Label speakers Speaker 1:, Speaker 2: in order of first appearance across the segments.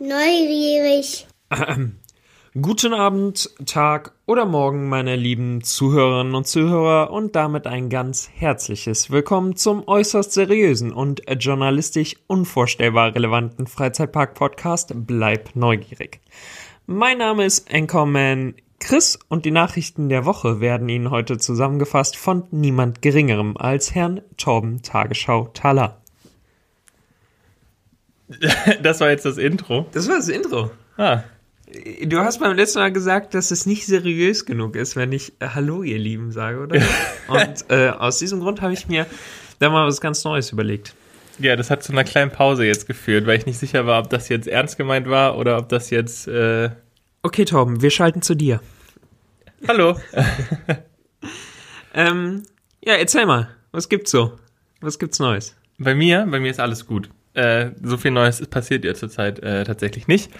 Speaker 1: neugierig.
Speaker 2: Guten Abend, Tag oder Morgen, meine lieben Zuhörerinnen und Zuhörer, und damit ein ganz herzliches Willkommen zum äußerst seriösen und journalistisch unvorstellbar relevanten Freizeitpark-Podcast Bleib neugierig. Mein Name ist Anchorman Chris und die Nachrichten der Woche werden Ihnen heute zusammengefasst von niemand Geringerem als Herrn Torben Tagesschau Thaler.
Speaker 3: Das war jetzt das Intro.
Speaker 2: Das war das Intro.
Speaker 3: Ah,
Speaker 2: Du hast beim letzten Mal gesagt, dass es nicht seriös genug ist, wenn ich äh, Hallo, ihr Lieben sage, oder? Und äh, aus diesem Grund habe ich mir da mal was ganz Neues überlegt.
Speaker 3: ja, das hat zu einer kleinen Pause jetzt geführt, weil ich nicht sicher war, ob das jetzt ernst gemeint war oder ob das jetzt. Äh,
Speaker 2: Okay, Torben, wir schalten zu dir.
Speaker 3: hallo.
Speaker 2: Ähm, ja, erzähl mal, was gibt's so? Was gibt's Neues?
Speaker 3: Bei mir, bei mir ist alles gut. Äh, so viel Neues ist- passiert ja zurzeit äh, tatsächlich nicht.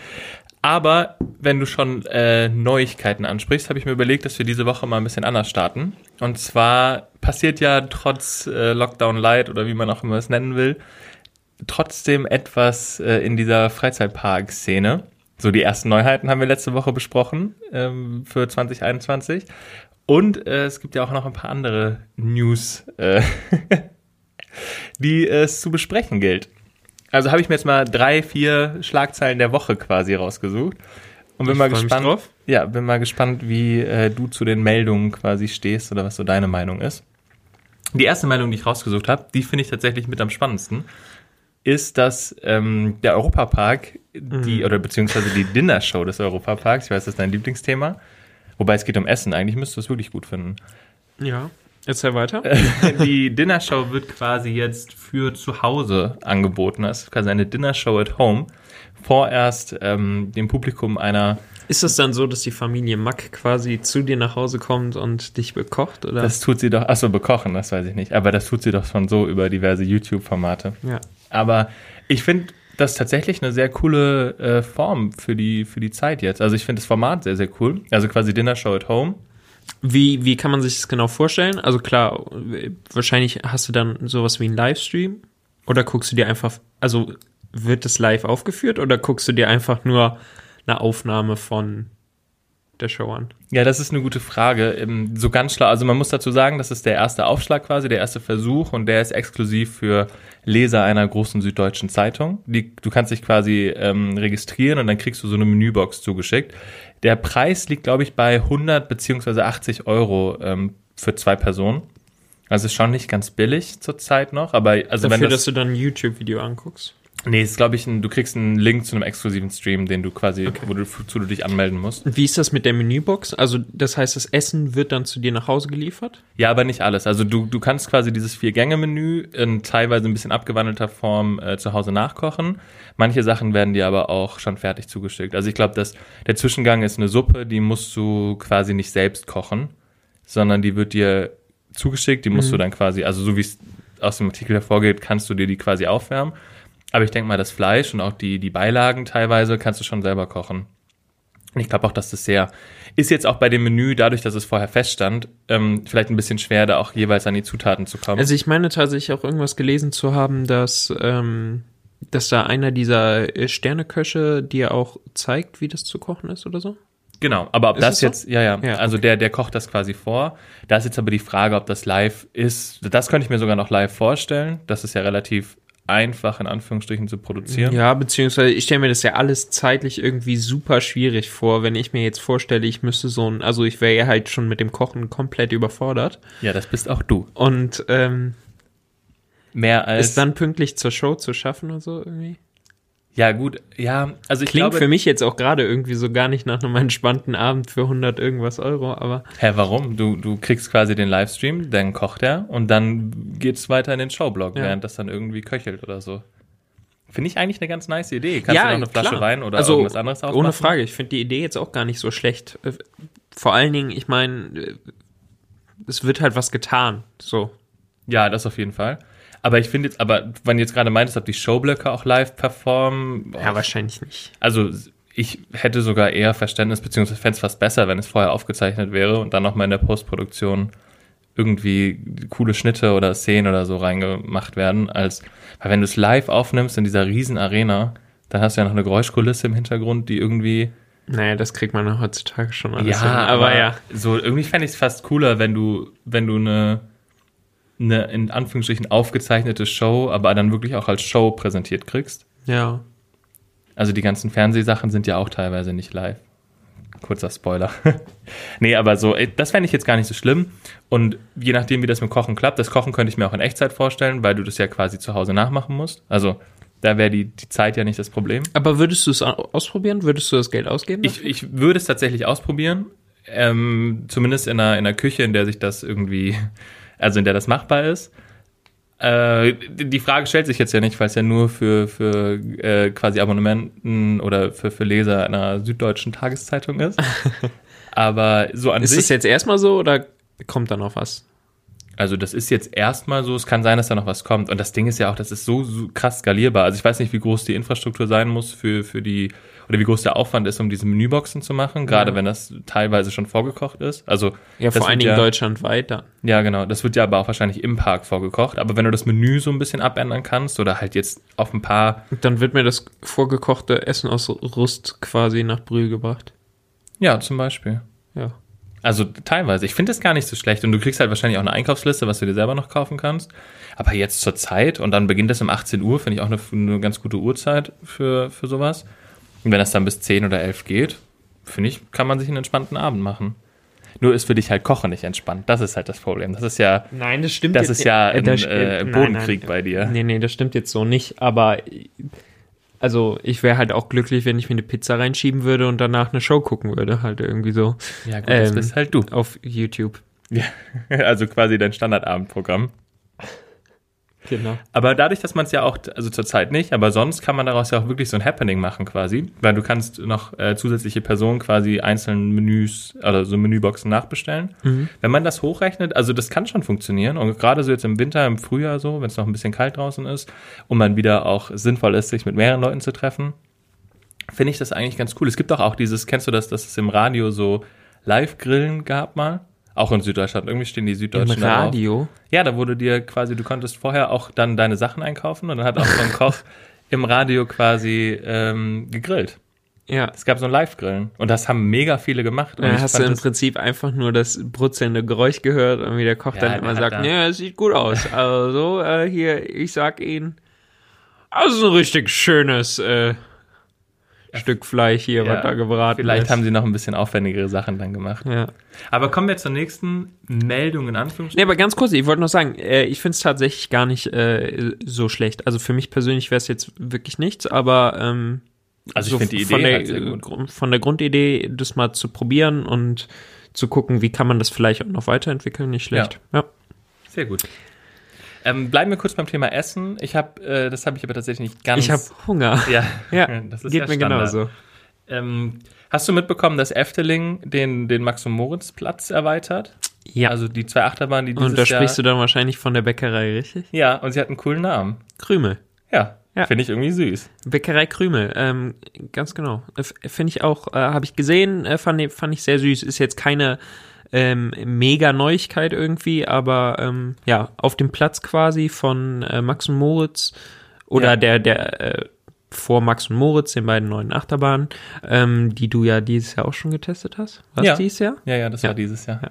Speaker 3: Aber wenn du schon äh, Neuigkeiten ansprichst, habe ich mir überlegt, dass wir diese Woche mal ein bisschen anders starten. Und zwar passiert ja trotz äh, Lockdown Light oder wie man auch immer es nennen will, trotzdem etwas äh, in dieser Freizeitpark-Szene. So die ersten Neuheiten haben wir letzte Woche besprochen ähm, für 2021. Und äh, es gibt ja auch noch ein paar andere News. Äh, die äh, es zu besprechen gilt. Also habe ich mir jetzt mal drei, vier Schlagzeilen der Woche quasi rausgesucht. Und bin
Speaker 2: Ich
Speaker 3: mal
Speaker 2: freu mich
Speaker 3: gespannt.
Speaker 2: drauf.
Speaker 3: Ja, bin mal gespannt, wie äh, du zu den Meldungen quasi stehst oder was so deine Meinung ist. Die erste Meldung, die ich rausgesucht habe, die finde ich tatsächlich mit am spannendsten, ist, dass ähm, der Europapark, die,
Speaker 2: Mhm.
Speaker 3: oder beziehungsweise die Dinnershow des Europaparks, ich weiß, das ist dein Lieblingsthema, wobei es geht um Essen, eigentlich müsstest du es wirklich gut finden.
Speaker 2: Ja, erzähl weiter.
Speaker 3: die Dinnershow wird quasi jetzt für zu Hause angeboten. Das ist quasi eine Dinnershow at Home. Vorerst ähm, dem Publikum einer.
Speaker 2: Ist es dann so, dass die Familie Mack quasi zu dir nach Hause kommt und dich bekocht, oder?
Speaker 3: Das tut sie doch. Achso, bekochen, das weiß ich nicht. Aber das tut sie doch schon so über diverse YouTube-Formate.
Speaker 2: ja.
Speaker 3: Aber ich finde das tatsächlich eine sehr coole äh, Form für die, für die Zeit jetzt. Also ich finde das Format sehr, sehr cool. Also quasi Dinnershow at Home.
Speaker 2: Wie, wie kann man sich das genau vorstellen? Also klar, wahrscheinlich hast du dann sowas wie einen Livestream oder guckst du dir einfach, also wird das live aufgeführt oder guckst du dir einfach nur eine Aufnahme von der Show an?
Speaker 3: Ja, das ist eine gute Frage. Ähm, So ganz klar, also man muss dazu sagen, das ist der erste Aufschlag quasi, der erste Versuch und der ist exklusiv für Leser einer großen süddeutschen Zeitung. Die, du kannst dich quasi ähm, registrieren und dann kriegst du so eine Menübox zugeschickt. Der Preis liegt, glaube ich, bei 100 beziehungsweise 80 Euro ähm, für zwei Personen. Also ist schon nicht ganz billig zurzeit noch, aber also wenn
Speaker 2: Dafür,
Speaker 3: das,
Speaker 2: dass du dann ein YouTube-Video anguckst.
Speaker 3: nee, ist glaube ich, ein, du kriegst einen Link zu einem exklusiven Stream, den du quasi, wo du, wozu du dich anmelden musst.
Speaker 2: Wie ist das mit der Menübox? Also das heißt, das Essen wird dann zu dir nach Hause geliefert?
Speaker 3: Ja, aber nicht alles. Also du, du kannst quasi dieses Vier-Gänge-Menü in teilweise ein bisschen abgewandelter Form äh, zu Hause nachkochen. Manche Sachen werden dir aber auch schon fertig zugeschickt. Also ich glaube, dass der Zwischengang ist eine Suppe, die musst du quasi nicht selbst kochen, sondern die wird dir zugeschickt, die musst
Speaker 2: Mhm.
Speaker 3: du dann quasi, also so wie es aus dem Artikel hervorgeht, kannst du dir die quasi aufwärmen. Aber ich denke mal, das Fleisch und auch die, die Beilagen teilweise kannst du schon selber kochen. Und Ich glaube auch, das Dessert ist jetzt auch bei dem Menü, dadurch, dass es vorher feststand, ähm, vielleicht ein bisschen schwer, da auch jeweils an die Zutaten zu kommen.
Speaker 2: Also ich meine tatsächlich auch irgendwas gelesen zu haben, dass, ähm, dass da einer dieser äh, Sterneköche dir auch zeigt, wie das zu kochen ist oder so?
Speaker 3: genau, aber ob
Speaker 2: Ist es
Speaker 3: das
Speaker 2: so?
Speaker 3: jetzt, ja, ja,
Speaker 2: Ja,
Speaker 3: also der, der kocht das quasi vor. Da ist jetzt aber die Frage, ob das live ist. Das könnte ich mir sogar noch live vorstellen. Das ist ja relativ einfach, in Anführungsstrichen, zu produzieren.
Speaker 2: Ja, beziehungsweise ich stelle mir das ja alles zeitlich irgendwie super schwierig vor, wenn ich mir jetzt vorstelle, ich müsste so ein, also ich wäre ja halt schon mit dem Kochen komplett überfordert
Speaker 3: ja das bist auch du.
Speaker 2: und ähm,
Speaker 3: Mehr als.
Speaker 2: es dann pünktlich zur Show zu schaffen und so irgendwie.
Speaker 3: ja, gut, ja, also ich
Speaker 2: Klingt
Speaker 3: glaube.
Speaker 2: für mich jetzt auch gerade irgendwie so gar nicht nach einem entspannten Abend für 100 irgendwas Euro, aber
Speaker 3: Hä, warum? Du, du kriegst quasi den Livestream, dann kocht er und dann geht's weiter in den Showblock,
Speaker 2: Ja.
Speaker 3: während das dann irgendwie köchelt oder so. Finde ich eigentlich eine ganz nice Idee. Kannst du noch eine Flasche
Speaker 2: klar.
Speaker 3: Wein oder
Speaker 2: also,
Speaker 3: irgendwas anderes aufmachen?
Speaker 2: Ohne Frage, ich finde die Idee jetzt auch gar nicht so schlecht. Äh, Vor allen Dingen, ich meine, äh, es wird halt was getan, so.
Speaker 3: Ja, das auf jeden Fall. Aber ich finde jetzt, aber wenn du jetzt gerade meintest, ob die Showblöcke auch live performen,
Speaker 2: Ja, wahrscheinlich nicht.
Speaker 3: also ich hätte sogar eher Verständnis, beziehungsweise fände es fast besser, wenn es vorher aufgezeichnet wäre und dann nochmal in der Postproduktion irgendwie coole Schnitte oder Szenen oder so reingemacht werden, als weil wenn du es live aufnimmst in dieser riesen Arena, Dann hast du ja noch eine Geräuschkulisse im Hintergrund, die irgendwie.
Speaker 2: Naja, das kriegt man ja heutzutage schon alles
Speaker 3: Ja,
Speaker 2: hin.
Speaker 3: aber ja. So, irgendwie fände ich es fast cooler, wenn du, wenn du eine, eine in Anführungsstrichen aufgezeichnete Show, aber dann wirklich auch als Show präsentiert kriegst.
Speaker 2: Ja.
Speaker 3: Also die ganzen Fernsehsachen sind ja auch teilweise nicht live. Kurzer Spoiler. nee, aber so, äh, das fände ich jetzt gar nicht so schlimm. Und je nachdem, wie das mit Kochen klappt, das Kochen könnte ich mir auch in Echtzeit vorstellen, weil du das ja quasi zu Hause nachmachen musst. Also da wäre die, die Zeit ja nicht das Problem.
Speaker 2: Aber würdest du es au- ausprobieren? Würdest du das Geld ausgeben?
Speaker 3: Ich, ich würde es tatsächlich ausprobieren. Ähm, zumindest in einer, in einer Küche, in der sich das irgendwie, also in der das machbar ist. Äh, die die Frage stellt sich jetzt ja nicht, weil es ja nur für, für äh, quasi Abonnementen oder für, für Leser einer süddeutschen Tageszeitung ist. Aber so an
Speaker 2: ist
Speaker 3: sich.
Speaker 2: es jetzt erstmal so oder kommt da noch was?
Speaker 3: Also das ist jetzt erstmal so, es kann sein, dass da noch was kommt. Und das Ding ist ja auch, das ist so, so krass skalierbar. Also ich weiß nicht, wie groß die Infrastruktur sein muss für, für die, oder wie groß der Aufwand ist, um diese Menüboxen zu machen, gerade
Speaker 2: Ja.
Speaker 3: wenn das teilweise schon vorgekocht ist. Also
Speaker 2: Ja,
Speaker 3: das
Speaker 2: vor allen
Speaker 3: wird
Speaker 2: Dingen
Speaker 3: ja,
Speaker 2: deutschlandweit dann.
Speaker 3: Ja, genau. Das wird ja aber auch wahrscheinlich im Park vorgekocht. Aber wenn du das Menü so ein bisschen abändern kannst oder halt jetzt auf ein paar,
Speaker 2: Dann wird mir das vorgekochte Essen aus Rust quasi nach Brühl gebracht.
Speaker 3: ja, zum Beispiel.
Speaker 2: Ja.
Speaker 3: Also teilweise. Ich finde das gar nicht so schlecht. Und du kriegst halt wahrscheinlich auch eine Einkaufsliste, was du dir selber noch kaufen kannst. Aber jetzt zur Zeit und dann beginnt das um 18 Uhr, finde ich auch eine, eine ganz gute Uhrzeit für, für sowas. Und wenn das dann bis 10 oder 11 geht, finde ich, kann man sich einen entspannten Abend machen. Nur ist für dich halt Kochen nicht entspannt. Das ist halt das Problem. Das ist ja,
Speaker 2: Nein, das stimmt
Speaker 3: das ist ja ein
Speaker 2: das-
Speaker 3: äh,
Speaker 2: nein,
Speaker 3: Bodenkrieg
Speaker 2: nein.
Speaker 3: bei dir.
Speaker 2: Nee, nee, das stimmt jetzt so nicht, aber äh, also ich wäre halt auch glücklich, wenn ich mir eine Pizza reinschieben würde und danach eine Show gucken würde, halt irgendwie so
Speaker 3: Ja gut, das
Speaker 2: Ähm.
Speaker 3: bist halt du.
Speaker 2: auf YouTube.
Speaker 3: Also quasi dein Standardabendprogramm.
Speaker 2: Genau.
Speaker 3: Aber dadurch, dass man es ja auch, also zurzeit nicht, aber sonst kann man daraus ja auch wirklich so ein Happening machen quasi, weil du kannst noch äh, zusätzliche Personen quasi einzelnen Menüs oder so Menüboxen nachbestellen.
Speaker 2: Mhm.
Speaker 3: Wenn man das hochrechnet, also das kann schon funktionieren und gerade so jetzt im Winter, im Frühjahr so, wenn es noch ein bisschen kalt draußen ist und man wieder auch sinnvoll ist, sich mit mehreren Leuten zu treffen, finde ich das eigentlich ganz cool. Es gibt doch auch dieses, kennst du das, dass es im Radio so Live-Grillen gab mal? Auch in Süddeutschland. Irgendwie stehen die
Speaker 2: Im
Speaker 3: Süddeutschen da auch.
Speaker 2: Radio.
Speaker 3: Ja, da wurde dir quasi, du konntest vorher auch dann deine Sachen einkaufen und dann hat auch so ein Koch im Radio quasi ähm, gegrillt.
Speaker 2: Ja.
Speaker 3: Es gab so ein Live-Grillen und das haben mega viele gemacht. Und
Speaker 2: Da hast du im
Speaker 3: das,
Speaker 2: Prinzip einfach nur das brutzelnde Geräusch gehört und wie der Koch
Speaker 3: Ja,
Speaker 2: dann
Speaker 3: der
Speaker 2: immer
Speaker 3: hat
Speaker 2: sagt,
Speaker 3: da-
Speaker 2: ja, es sieht gut aus. Also äh, hier, ich sag Ihnen, also ein richtig schönes äh, Stück Fleisch hier,
Speaker 3: Ja,
Speaker 2: was da gebraten
Speaker 3: vielleicht
Speaker 2: ist.
Speaker 3: haben sie noch ein bisschen aufwendigere Sachen dann gemacht.
Speaker 2: ja.
Speaker 3: Aber kommen wir zur nächsten Meldung in
Speaker 2: Nee,
Speaker 3: Anführungsstrichen.
Speaker 2: aber ganz kurz, ich wollte noch sagen, äh, ich finde es tatsächlich gar nicht äh, so schlecht. Also für mich persönlich wäre es jetzt wirklich nichts, aber ähm,
Speaker 3: Also ich
Speaker 2: so
Speaker 3: finde die
Speaker 2: von,
Speaker 3: Idee
Speaker 2: der,
Speaker 3: halt sehr gut.
Speaker 2: Grund- von der Grundidee, das mal zu probieren und zu gucken, wie kann man das vielleicht auch noch weiterentwickeln, nicht schlecht. Ja.
Speaker 3: Sehr gut. Ähm, bleiben wir kurz beim Thema Essen. Ich habe, äh, das habe ich aber tatsächlich nicht ganz.
Speaker 2: Ich habe Hunger.
Speaker 3: ja,
Speaker 2: Ja,
Speaker 3: das ist
Speaker 2: geht
Speaker 3: ja
Speaker 2: mir
Speaker 3: Standard.
Speaker 2: genauso.
Speaker 3: Ähm, hast du mitbekommen, dass Efteling den, den Max-und-Moritz-Platz erweitert?
Speaker 2: Ja,
Speaker 3: Also die zwei Achterbahnen, die dieses
Speaker 2: und da
Speaker 3: Jahr,
Speaker 2: sprichst du dann wahrscheinlich von der Bäckerei, richtig?
Speaker 3: Ja, und sie hat einen coolen Namen.
Speaker 2: Krümel.
Speaker 3: Ja,
Speaker 2: Ja.
Speaker 3: finde ich irgendwie süß.
Speaker 2: Bäckerei Krümel, ähm, ganz genau. F- Finde ich auch, äh, habe ich gesehen, äh, fand, ich- fand ich sehr süß. Ist jetzt keine ähm, mega Neuigkeit irgendwie, aber ähm, ja, auf dem Platz quasi von äh, Max und Moritz oder
Speaker 3: Ja.
Speaker 2: der, der äh, vor Max und Moritz, den beiden neuen Achterbahnen, ähm, die du ja dieses Jahr auch schon getestet hast. Was
Speaker 3: Ja.
Speaker 2: dieses Jahr?
Speaker 3: Ja, ja, das
Speaker 2: Ja.
Speaker 3: war dieses Jahr.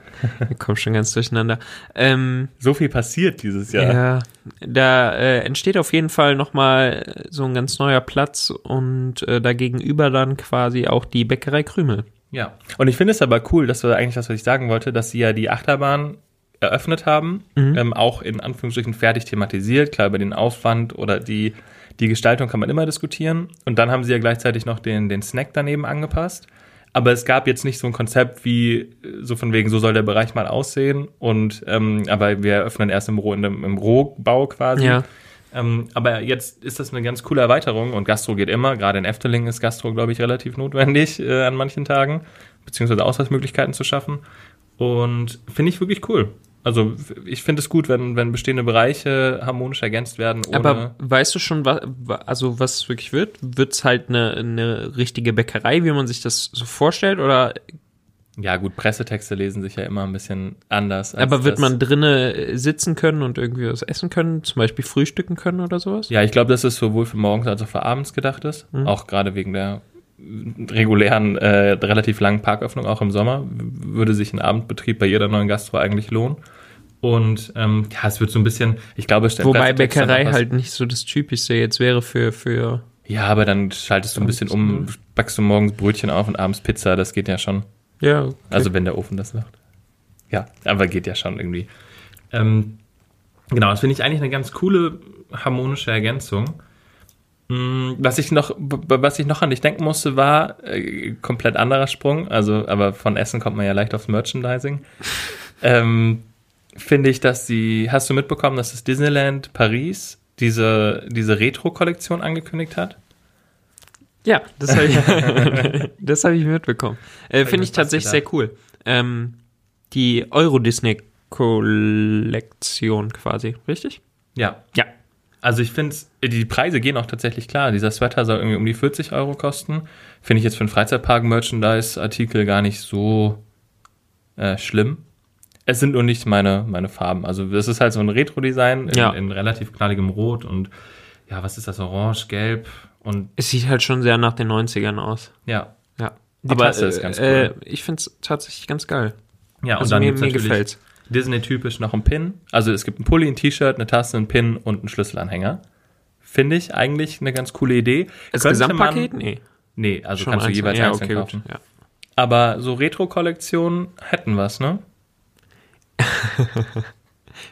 Speaker 2: Ich komm schon ganz durcheinander. Ähm,
Speaker 3: So viel passiert dieses Jahr.
Speaker 2: ja, da äh, entsteht auf jeden Fall nochmal so ein ganz neuer Platz und äh, dagegenüber dann quasi auch die Bäckerei Krümel.
Speaker 3: Ja. Und ich finde es aber cool, das war eigentlich das, was ich sagen wollte, dass sie ja die Achterbahn eröffnet haben, ähm, auch in Anführungsstrichen fertig thematisiert. Klar, über den Aufwand oder die, die Gestaltung kann man immer diskutieren. Und dann haben sie ja gleichzeitig noch den, den Snack daneben angepasst. Aber es gab jetzt nicht so ein Konzept wie, äh, so von wegen, so soll der Bereich mal aussehen. Und ähm, aber wir eröffnen erst im, Roh, in dem, im Rohbau quasi.
Speaker 2: Ja.
Speaker 3: Ähm, aber jetzt ist das eine ganz coole Erweiterung und Gastro geht immer. Gerade in Efteling ist Gastro, glaube ich, relativ notwendig äh, an manchen Tagen, beziehungsweise Ausweichmöglichkeiten zu schaffen. Und finde ich wirklich cool. Also f- ich finde es gut, wenn, wenn bestehende Bereiche harmonisch ergänzt werden. Ohne
Speaker 2: Aber weißt du schon, wa- wa- also was es wirklich ne, wird? Wird's halt eine, eine richtige Bäckerei, wie man sich das so vorstellt? Oder
Speaker 3: Ja, gut, Pressetexte lesen sich ja immer ein bisschen anders. als
Speaker 2: Aber wird
Speaker 3: das-
Speaker 2: man drinne äh, sitzen können und irgendwie was essen können, zum Beispiel frühstücken können oder sowas?
Speaker 3: Ja, ich glaube, dass es sowohl für morgens als auch für abends gedacht ist.
Speaker 2: Mhm.
Speaker 3: Auch gerade wegen der regulären, äh, relativ langen Parköffnung, auch im Sommer, w- würde sich ein Abendbetrieb bei jeder neuen Gastro eigentlich lohnen. Und ähm, ja, es wird so ein bisschen, ich glaube, es- der
Speaker 2: Wobei
Speaker 3: Pressetext dann
Speaker 2: Bäckerei
Speaker 3: auch was-
Speaker 2: halt nicht so das Typischste jetzt wäre für, für
Speaker 3: Ja, aber dann schaltest du ein bisschen um,
Speaker 2: ne?
Speaker 3: backst du morgens Brötchen auf und abends Pizza, das geht ja schon.
Speaker 2: ja, okay.
Speaker 3: Also wenn der Ofen das macht. Ja, aber geht ja schon irgendwie. Ähm, genau, das finde ich eigentlich eine ganz coole harmonische Ergänzung. Mm, Was ich noch, b- b- was ich noch an dich denken musste, war äh, komplett anderer Sprung. Also, aber von Essen kommt man ja leicht aufs Merchandising. ähm, finde ich, dass die, hast du mitbekommen, dass das Disneyland Paris diese, diese Retro-Kollektion angekündigt hat?
Speaker 2: ja, das habe ich, das hab ich mitbekommen. Äh, Finde ich
Speaker 3: mir fast
Speaker 2: tatsächlich
Speaker 3: gedacht.
Speaker 2: sehr cool. Ähm, die Euro Disney Kollektion quasi, richtig?
Speaker 3: Ja.
Speaker 2: Ja.
Speaker 3: Also ich finde, die Preise gehen auch tatsächlich klar. Dieser Sweater soll irgendwie um die 40 Euro kosten. Finde ich jetzt für einen Freizeitpark-Merchandise-Artikel gar nicht so äh, schlimm. Es sind nur nicht meine, meine Farben. Also das ist halt so ein Retro-Design in,
Speaker 2: Ja.
Speaker 3: in relativ knalligem Rot und ja, was ist das? Orange, Gelb und
Speaker 2: Es sieht halt schon sehr nach den 90ern aus.
Speaker 3: ja.
Speaker 2: Ja.
Speaker 3: Die Tasse ist ganz
Speaker 2: äh, ich finde es tatsächlich ganz geil.
Speaker 3: Ja, und
Speaker 2: Also mir,
Speaker 3: gibt's
Speaker 2: mir
Speaker 3: natürlich
Speaker 2: gefällt
Speaker 3: Disney-typisch noch ein Pin. Also es gibt ein Pulli, ein T-Shirt, eine Tasse, einen Pin und einen Schlüsselanhänger. Finde ich eigentlich eine ganz coole Idee.
Speaker 2: Das
Speaker 3: Könnte man-
Speaker 2: Gesamtpaket? Nee.
Speaker 3: Nee, also kannst du
Speaker 2: einzeln.
Speaker 3: jeweils
Speaker 2: ja,
Speaker 3: einzeln
Speaker 2: okay,
Speaker 3: kaufen.
Speaker 2: Gut, ja.
Speaker 3: Aber so Retro-Kollektionen hätten was, ne?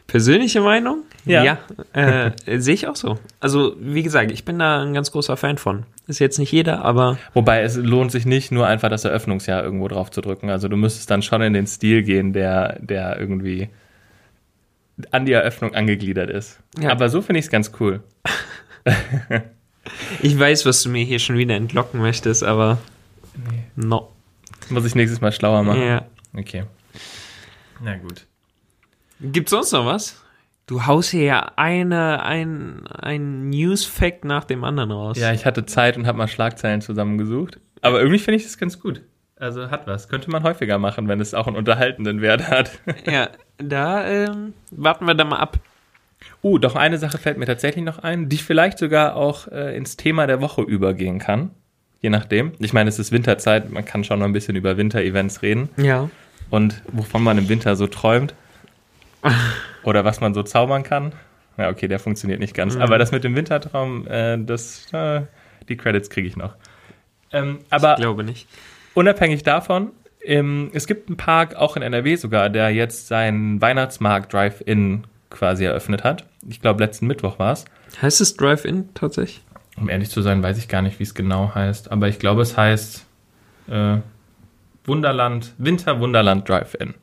Speaker 2: Persönliche Meinung?
Speaker 3: Ja.
Speaker 2: äh, Sehe ich auch so. Also, wie gesagt, ich bin da ein ganz großer Fan von. Ist jetzt nicht jeder, aber
Speaker 3: Wobei es lohnt sich nicht, nur einfach das Eröffnungsjahr irgendwo drauf zu drücken. Also du müsstest dann schon in den Stil gehen, der, der irgendwie an die Eröffnung angegliedert ist.
Speaker 2: Ja.
Speaker 3: Aber so finde ich es ganz cool.
Speaker 2: ich weiß, was du mir hier schon wieder entlocken möchtest, aber no.
Speaker 3: Muss ich nächstes Mal schlauer machen.
Speaker 2: Ja.
Speaker 3: Okay. Na gut.
Speaker 2: Gibt's sonst noch was? Du haust hier ja eine, ein, ein News-Fact nach dem anderen raus.
Speaker 3: Ja, ich hatte Zeit und habe mal Schlagzeilen zusammengesucht. Aber irgendwie finde ich das ganz gut. Also hat was. Könnte man häufiger machen, wenn es auch einen unterhaltenden Wert hat.
Speaker 2: ja da ähm, warten wir da mal ab.
Speaker 3: Uh, doch eine Sache fällt mir tatsächlich noch ein, die vielleicht sogar auch äh, ins Thema der Woche übergehen kann. Je nachdem. Ich meine, es ist Winterzeit, man kann schon noch ein bisschen über Winter-Events reden
Speaker 2: Ja.
Speaker 3: und wovon man im Winter so träumt oder was man so zaubern kann. Ja, okay, der funktioniert nicht ganz. Aber das mit dem Wintertraum, äh, das, äh, die Credits kriege ich noch. Ähm, aber
Speaker 2: Ich glaube nicht.
Speaker 3: unabhängig davon, ähm, es gibt einen Park, auch in NRW sogar, der jetzt seinen Weihnachtsmarkt Drive-In quasi eröffnet hat. Ich glaube, letzten Mittwoch war es.
Speaker 2: Heißt es Drive-In tatsächlich?
Speaker 3: Um ehrlich zu sein, weiß ich gar nicht, wie es genau heißt, aber ich glaube, es heißt äh, Wunderland, Winter Wunderland Drive-In.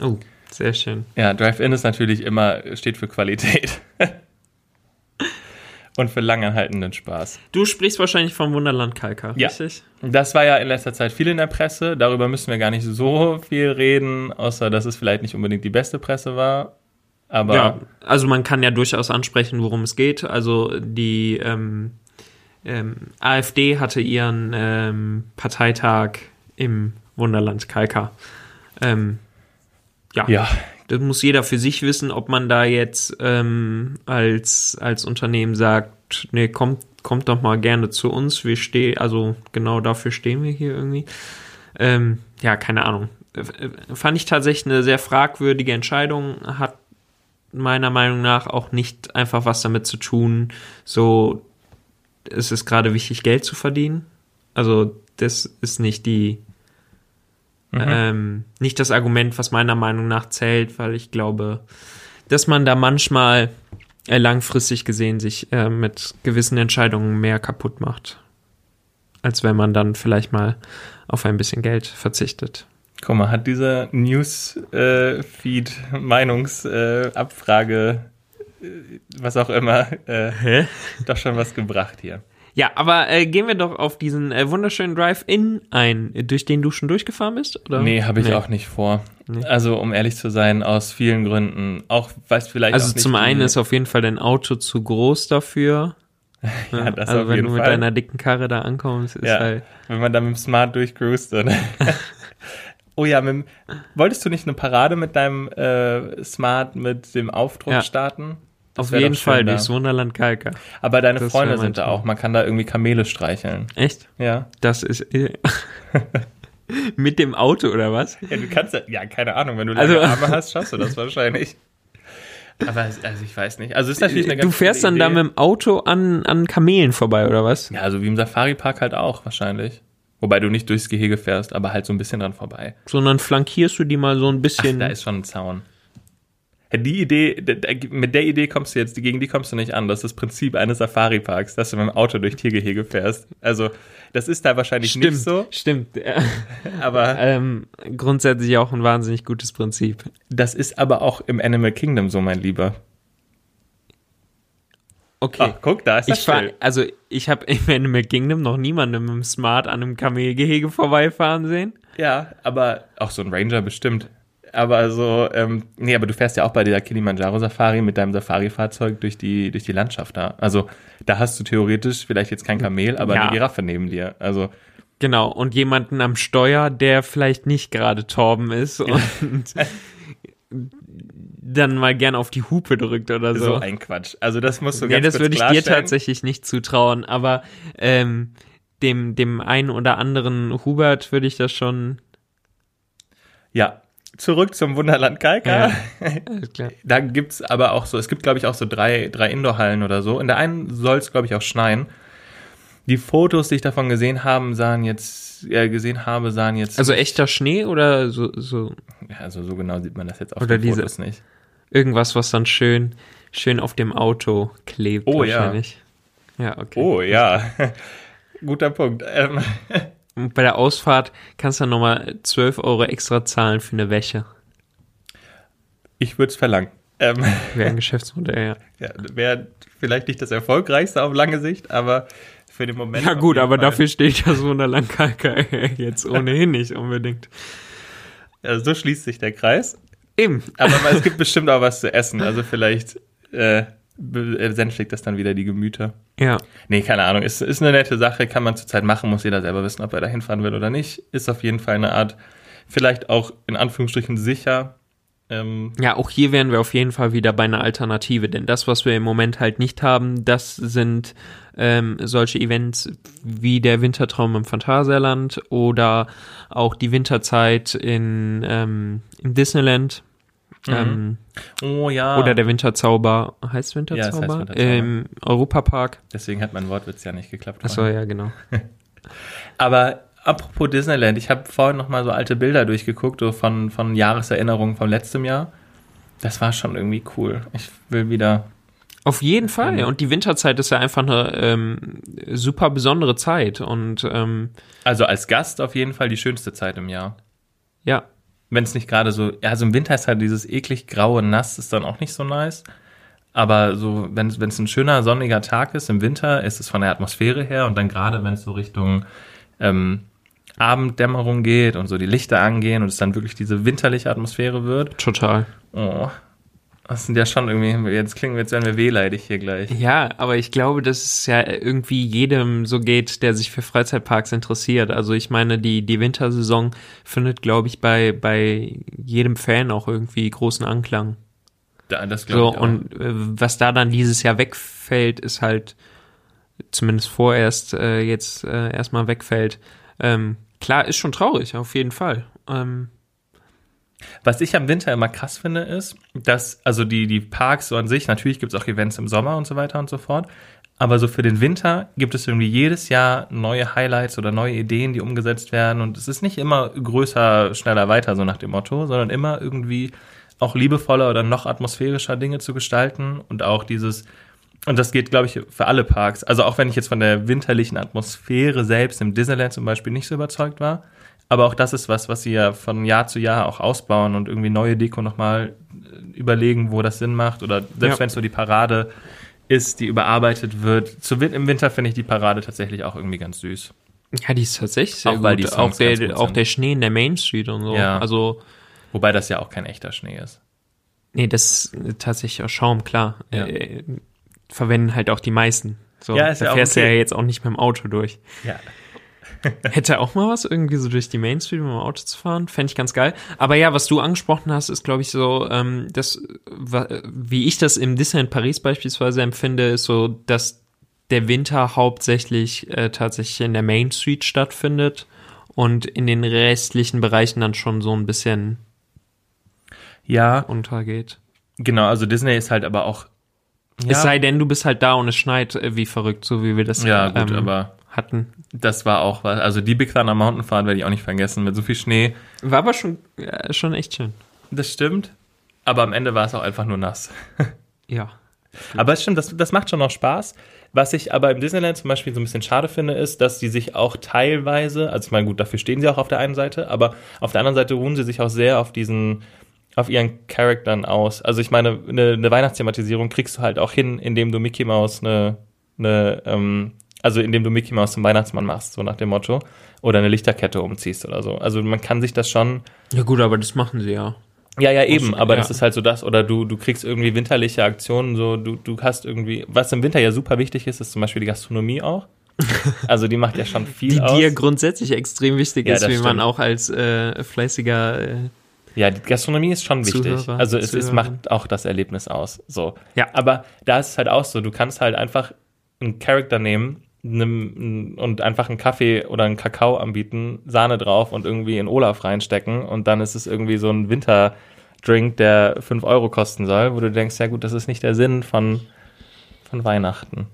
Speaker 2: Oh, sehr schön.
Speaker 3: Ja, Drive-In ist natürlich immer, steht für Qualität. Und für langanhaltenden Spaß.
Speaker 2: Du sprichst wahrscheinlich vom Wunderland Kalka,
Speaker 3: Ja.
Speaker 2: richtig?
Speaker 3: Das war ja in letzter Zeit viel in der Presse. Darüber müssen wir gar nicht so viel reden, außer dass es vielleicht nicht unbedingt die beste Presse war. Aber
Speaker 2: Ja, also man kann ja durchaus ansprechen, worum es geht. Also die ähm, ähm, AfD hatte ihren ähm, Parteitag im Wunderland Kalka. Ähm, ja,
Speaker 3: ja,
Speaker 2: das muss jeder für sich wissen, ob man da jetzt ähm, als, als Unternehmen sagt, nee, kommt, kommt doch mal gerne zu uns, wir stehen, also genau dafür stehen wir hier irgendwie. Ähm, ja, keine Ahnung. Äh, äh, Fand ich tatsächlich eine sehr fragwürdige Entscheidung, hat meiner Meinung nach auch nicht einfach was damit zu tun, so es ist gerade wichtig, Geld zu verdienen. Also das ist nicht die
Speaker 3: Mhm.
Speaker 2: ähm, nicht das Argument, was meiner Meinung nach zählt, weil ich glaube, dass man da manchmal äh, langfristig gesehen sich äh, mit gewissen Entscheidungen mehr kaputt macht, als wenn man dann vielleicht mal auf ein bisschen Geld verzichtet.
Speaker 3: guck mal, hat äh, dieser News-Feed-Meinungsabfrage, äh, was auch immer, äh, doch schon was gebracht hier.
Speaker 2: Ja, aber äh, gehen wir doch auf diesen äh, wunderschönen Drive-In ein, äh, durch den du schon durchgefahren bist? Oder?
Speaker 3: Nee, habe ich auch nicht vor. Also, um ehrlich zu sein, aus vielen Gründen. Auch, weiß vielleicht auch
Speaker 2: Also
Speaker 3: nicht
Speaker 2: zum
Speaker 3: die-
Speaker 2: einen ist auf jeden Fall dein Auto zu groß dafür.
Speaker 3: ja, das
Speaker 2: also
Speaker 3: auf
Speaker 2: wenn
Speaker 3: jeden
Speaker 2: du mit
Speaker 3: Fall.
Speaker 2: deiner dicken Karre da ankommst, ist
Speaker 3: ja,
Speaker 2: halt
Speaker 3: wenn man dann mit dem Smart durchcruist, dann. Oh ja, mit, dem- wolltest du nicht eine Parade mit deinem äh, Smart mit dem Aufdruck
Speaker 2: Ja.
Speaker 3: starten? Das
Speaker 2: Auf
Speaker 3: wär doch
Speaker 2: jeden
Speaker 3: schön
Speaker 2: Fall
Speaker 3: da.
Speaker 2: durchs Wunderland Kalka.
Speaker 3: Aber deine
Speaker 2: Das wär
Speaker 3: Freunde
Speaker 2: mein
Speaker 3: sind da
Speaker 2: Traum.
Speaker 3: auch. Man kann da irgendwie Kamele streicheln.
Speaker 2: Echt?
Speaker 3: Ja.
Speaker 2: Das ist. äh, Mit dem Auto oder was?
Speaker 3: Ja, du kannst ja, ja, keine Ahnung, wenn du
Speaker 2: Also-
Speaker 3: lange Arme hast, schaffst du das wahrscheinlich. Aber es- also ich weiß nicht. Also es ist natürlich eine ganz
Speaker 2: Du fährst dann
Speaker 3: coole
Speaker 2: da
Speaker 3: Idee.
Speaker 2: mit dem Auto an, an Kamelen vorbei oder was?
Speaker 3: Ja, also wie im Safari-Park halt auch wahrscheinlich. Wobei du nicht durchs Gehege fährst, aber halt so ein bisschen dran vorbei.
Speaker 2: Sondern flankierst du die mal so ein
Speaker 3: Ach,
Speaker 2: bisschen.
Speaker 3: da ist schon ein Zaun. Ja, Die Idee, d- d- mit der Idee kommst du jetzt, gegen die kommst du nicht an. Das ist das Prinzip eines Safari-Parks, dass du mit dem Auto durch Tiergehege fährst. Also, das ist da wahrscheinlich
Speaker 2: stimmt,
Speaker 3: nicht so,
Speaker 2: stimmt.
Speaker 3: aber
Speaker 2: ähm, grundsätzlich auch ein wahnsinnig gutes Prinzip.
Speaker 3: das ist aber auch im Animal Kingdom so, mein Lieber.
Speaker 2: Okay.
Speaker 3: Ach, guck, da ist Ah, das
Speaker 2: ich fahr,
Speaker 3: Schild.
Speaker 2: also ich habe im Animal Kingdom noch niemanden mit dem Smart an einem Kamelgehege vorbeifahren sehen.
Speaker 3: Ja, aber auch so ein Ranger bestimmt. Aber so, ähm, nee, aber du fährst ja auch bei dieser Kilimanjaro-Safari mit deinem Safari-Fahrzeug durch die, durch die Landschaft da. Also, da hast du theoretisch vielleicht jetzt kein Kamel, aber
Speaker 2: Ja.
Speaker 3: eine Giraffe neben dir. Also,
Speaker 2: Genau, und jemanden am Steuer, der vielleicht nicht gerade Torben ist und dann mal gern auf die Hupe drückt oder
Speaker 3: so
Speaker 2: so.
Speaker 3: ein Quatsch. Also, das musst du
Speaker 2: nee,
Speaker 3: ganz
Speaker 2: das
Speaker 3: kurz
Speaker 2: würde ich dir
Speaker 3: klarstellen.
Speaker 2: tatsächlich nicht zutrauen, aber ähm, dem, dem einen oder anderen Hubert würde ich das schon.
Speaker 3: Ja. Zurück zum Wunderland Kalka.
Speaker 2: Ja. Alles klar.
Speaker 3: Da gibt's aber auch so, es gibt, glaube ich, auch so drei, drei Indoor-Hallen oder so. In der einen soll's glaube ich, auch schneien. Die Fotos, die ich davon gesehen haben, sahen jetzt, äh, gesehen habe, sahen jetzt
Speaker 2: Also echter Schnee oder so, so
Speaker 3: Ja, also so genau sieht man das jetzt auf
Speaker 2: Oder
Speaker 3: den
Speaker 2: diese-
Speaker 3: Fotos nicht.
Speaker 2: irgendwas, was dann schön, schön auf dem Auto klebt
Speaker 3: Oh, ja.
Speaker 2: wahrscheinlich. Ja, ja okay.
Speaker 3: Oh ja, guter Punkt. Ähm,
Speaker 2: Und bei der Ausfahrt kannst du dann nochmal 12 Euro extra zahlen für eine Wäsche.
Speaker 3: ich würde es verlangen. Ähm,
Speaker 2: Wäre ein Geschäftsmodell, ja.
Speaker 3: ja, Wäre vielleicht nicht das Erfolgreichste auf lange Sicht, aber für den Moment.
Speaker 2: Ja
Speaker 3: auf
Speaker 2: gut,
Speaker 3: jeden
Speaker 2: aber
Speaker 3: Fall.
Speaker 2: dafür steht ja so eine Langkalka jetzt ohnehin nicht unbedingt.
Speaker 3: Also so schließt sich der Kreis.
Speaker 2: Eben.
Speaker 3: Aber es gibt bestimmt auch was zu essen. Also vielleicht äh, be- äh, sänftigt das dann wieder die Gemüter.
Speaker 2: Ja,
Speaker 3: Nee, keine Ahnung. Ist, ist eine nette Sache, kann man zurzeit machen, muss jeder selber wissen, ob er da hinfahren will oder nicht. Ist auf jeden Fall eine Art, vielleicht auch in Anführungsstrichen sicher. Ähm,
Speaker 2: ja, auch hier wären wir auf jeden Fall wieder bei einer Alternative, denn das, was wir im Moment halt nicht haben, das sind ähm, solche Events wie der Wintertraum im Phantasialand oder auch die Winterzeit in, ähm, im Disneyland. Ähm,
Speaker 3: oh ja.
Speaker 2: Oder der Winterzauber, Ah. heißt
Speaker 3: Ja, es heißt
Speaker 2: Winterzauber?
Speaker 3: Winterzauber.
Speaker 2: Im Europapark.
Speaker 3: Deswegen hat mein Wortwitz ja nicht geklappt.
Speaker 2: Achso, ja, genau.
Speaker 3: Aber apropos Disneyland, ich habe vorhin noch mal so alte Bilder durchgeguckt, so von, von Jahreserinnerungen von letztem Jahr. Das war schon irgendwie cool. Ich will wieder.
Speaker 2: Auf jeden Fall. Und die Winterzeit ist ja einfach eine ähm, super besondere Zeit. Und ähm,
Speaker 3: Also als Gast auf jeden Fall die schönste Zeit im Jahr.
Speaker 2: ja,
Speaker 3: Wenn es nicht gerade so. ja, Also im Winter ist halt dieses eklig graue Nass, ist dann auch nicht so nice. Aber so, wenn es wenn es ein schöner, sonniger Tag ist im Winter, ist es von der Atmosphäre her und dann gerade, wenn es so Richtung ähm, Abenddämmerung geht und so die Lichter angehen und es dann wirklich diese winterliche Atmosphäre wird,
Speaker 2: total.
Speaker 3: Oh. Das sind ja schon irgendwie, jetzt klingen wir, jetzt werden wir wehleidig hier gleich.
Speaker 2: Ja, aber ich glaube, dass es ja irgendwie jedem so geht, der sich für Freizeitparks interessiert. Also ich meine, die, die Wintersaison findet, glaube ich, bei, bei jedem Fan auch irgendwie großen Anklang.
Speaker 3: Da, das glaube
Speaker 2: So,
Speaker 3: ich auch.
Speaker 2: und äh, was da dann dieses Jahr wegfällt, ist halt zumindest vorerst äh, jetzt äh, erstmal wegfällt. Ähm, klar, ist schon traurig, auf jeden Fall. Ähm,
Speaker 3: Was ich am Winter immer krass finde, ist, dass, also die, die Parks so an sich, natürlich gibt es auch Events im Sommer und so weiter und so fort, aber so für den Winter gibt es irgendwie jedes Jahr neue Highlights oder neue Ideen, die umgesetzt werden und es ist nicht immer größer, schneller, weiter, so nach dem Motto, sondern immer irgendwie auch liebevoller oder noch atmosphärischer Dinge zu gestalten und auch dieses, Und das geht, glaube ich, für alle Parks. Also auch wenn ich jetzt von der winterlichen Atmosphäre selbst im Disneyland zum Beispiel nicht so überzeugt war. Aber auch das ist was, was sie ja von Jahr zu Jahr auch ausbauen und irgendwie neue Deko nochmal äh, überlegen, wo das Sinn macht. Oder selbst
Speaker 2: Ja.
Speaker 3: wenn es nur die Parade ist, die überarbeitet wird. Zu, Win- Im Winter finde ich die Parade tatsächlich auch irgendwie ganz süß.
Speaker 2: ja, die ist tatsächlich sehr
Speaker 3: Auch
Speaker 2: gut.
Speaker 3: weil die Songs
Speaker 2: auch, der,
Speaker 3: ganz gut
Speaker 2: auch
Speaker 3: sind.
Speaker 2: der Schnee in der Main Street und so.
Speaker 3: Ja.
Speaker 2: Also,
Speaker 3: Wobei das ja auch kein echter Schnee ist.
Speaker 2: nee, das ist tatsächlich auch Schaum, klar.
Speaker 3: Ja.
Speaker 2: Äh, verwenden halt auch die meisten. So,
Speaker 3: Ja, ist
Speaker 2: da
Speaker 3: ja auch
Speaker 2: fährst du ja
Speaker 3: okay.
Speaker 2: jetzt auch nicht mit dem Auto durch.
Speaker 3: Ja.
Speaker 2: Hätte auch mal was, irgendwie so durch die Main Street mit dem Auto zu fahren. Fände ich ganz geil. Aber ja, was du angesprochen hast, ist, glaube ich, so, ähm, das, wa- wie ich das im Disneyland Paris beispielsweise empfinde, ist so, dass der Winter hauptsächlich äh, tatsächlich in der Main Street stattfindet und in den restlichen Bereichen dann schon so ein bisschen
Speaker 3: Ja,
Speaker 2: untergeht.
Speaker 3: genau. Also Disney ist halt aber auch. Ja,
Speaker 2: Es sei denn, du bist halt da und es schneit äh, wie verrückt, so wie wir das
Speaker 3: ja gut,
Speaker 2: ähm,
Speaker 3: aber
Speaker 2: hatten.
Speaker 3: das war auch was. Also die Big Thunder Mountain Fahrt werde ich auch nicht vergessen mit so viel Schnee.
Speaker 2: War aber schon, äh, schon echt schön.
Speaker 3: Das stimmt. Aber am Ende war es auch einfach nur nass.
Speaker 2: Ja.
Speaker 3: Aber es stimmt, das, das macht schon noch Spaß. Was ich aber im Disneyland zum Beispiel so ein bisschen schade finde, ist, dass die sich auch teilweise, also ich meine, gut, dafür stehen sie auch auf der einen Seite, aber auf der anderen Seite ruhen sie sich auch sehr auf diesen, auf ihren Charaktern aus. Also ich meine, eine, eine Weihnachtsthematisierung kriegst du halt auch hin, indem du Mickey Mouse eine, eine ähm, also indem du Mickey Mouse zum Weihnachtsmann machst, so nach dem Motto, oder eine Lichterkette umziehst oder so. Also man kann sich das schon
Speaker 2: Ja gut, aber das machen sie ja.
Speaker 3: ja, ja, eben, aber das
Speaker 2: ja.
Speaker 3: ist halt so das, oder du, du kriegst irgendwie winterliche Aktionen, so, du, du hast irgendwie, was im Winter ja super wichtig ist, ist zum Beispiel die Gastronomie auch. Also die macht ja schon viel
Speaker 2: Die
Speaker 3: aus.
Speaker 2: dir grundsätzlich extrem wichtig
Speaker 3: Ja,
Speaker 2: ist,
Speaker 3: das
Speaker 2: wie man
Speaker 3: stimmt.
Speaker 2: auch als äh, fleißiger äh,
Speaker 3: ja, die Gastronomie ist schon wichtig.
Speaker 2: Zuhörer,
Speaker 3: also es, es
Speaker 2: Zuhörerin.
Speaker 3: macht auch das Erlebnis aus. So.
Speaker 2: Ja.
Speaker 3: Aber da ist es halt auch so, du kannst halt einfach einen Charakter nehmen nimm- und einfach einen Kaffee oder einen Kakao anbieten, Sahne drauf und irgendwie in Olaf reinstecken und dann ist es irgendwie so ein Winterdrink, der 5 Euro kosten soll, wo du denkst, ja gut, das ist nicht der Sinn von, von Weihnachten.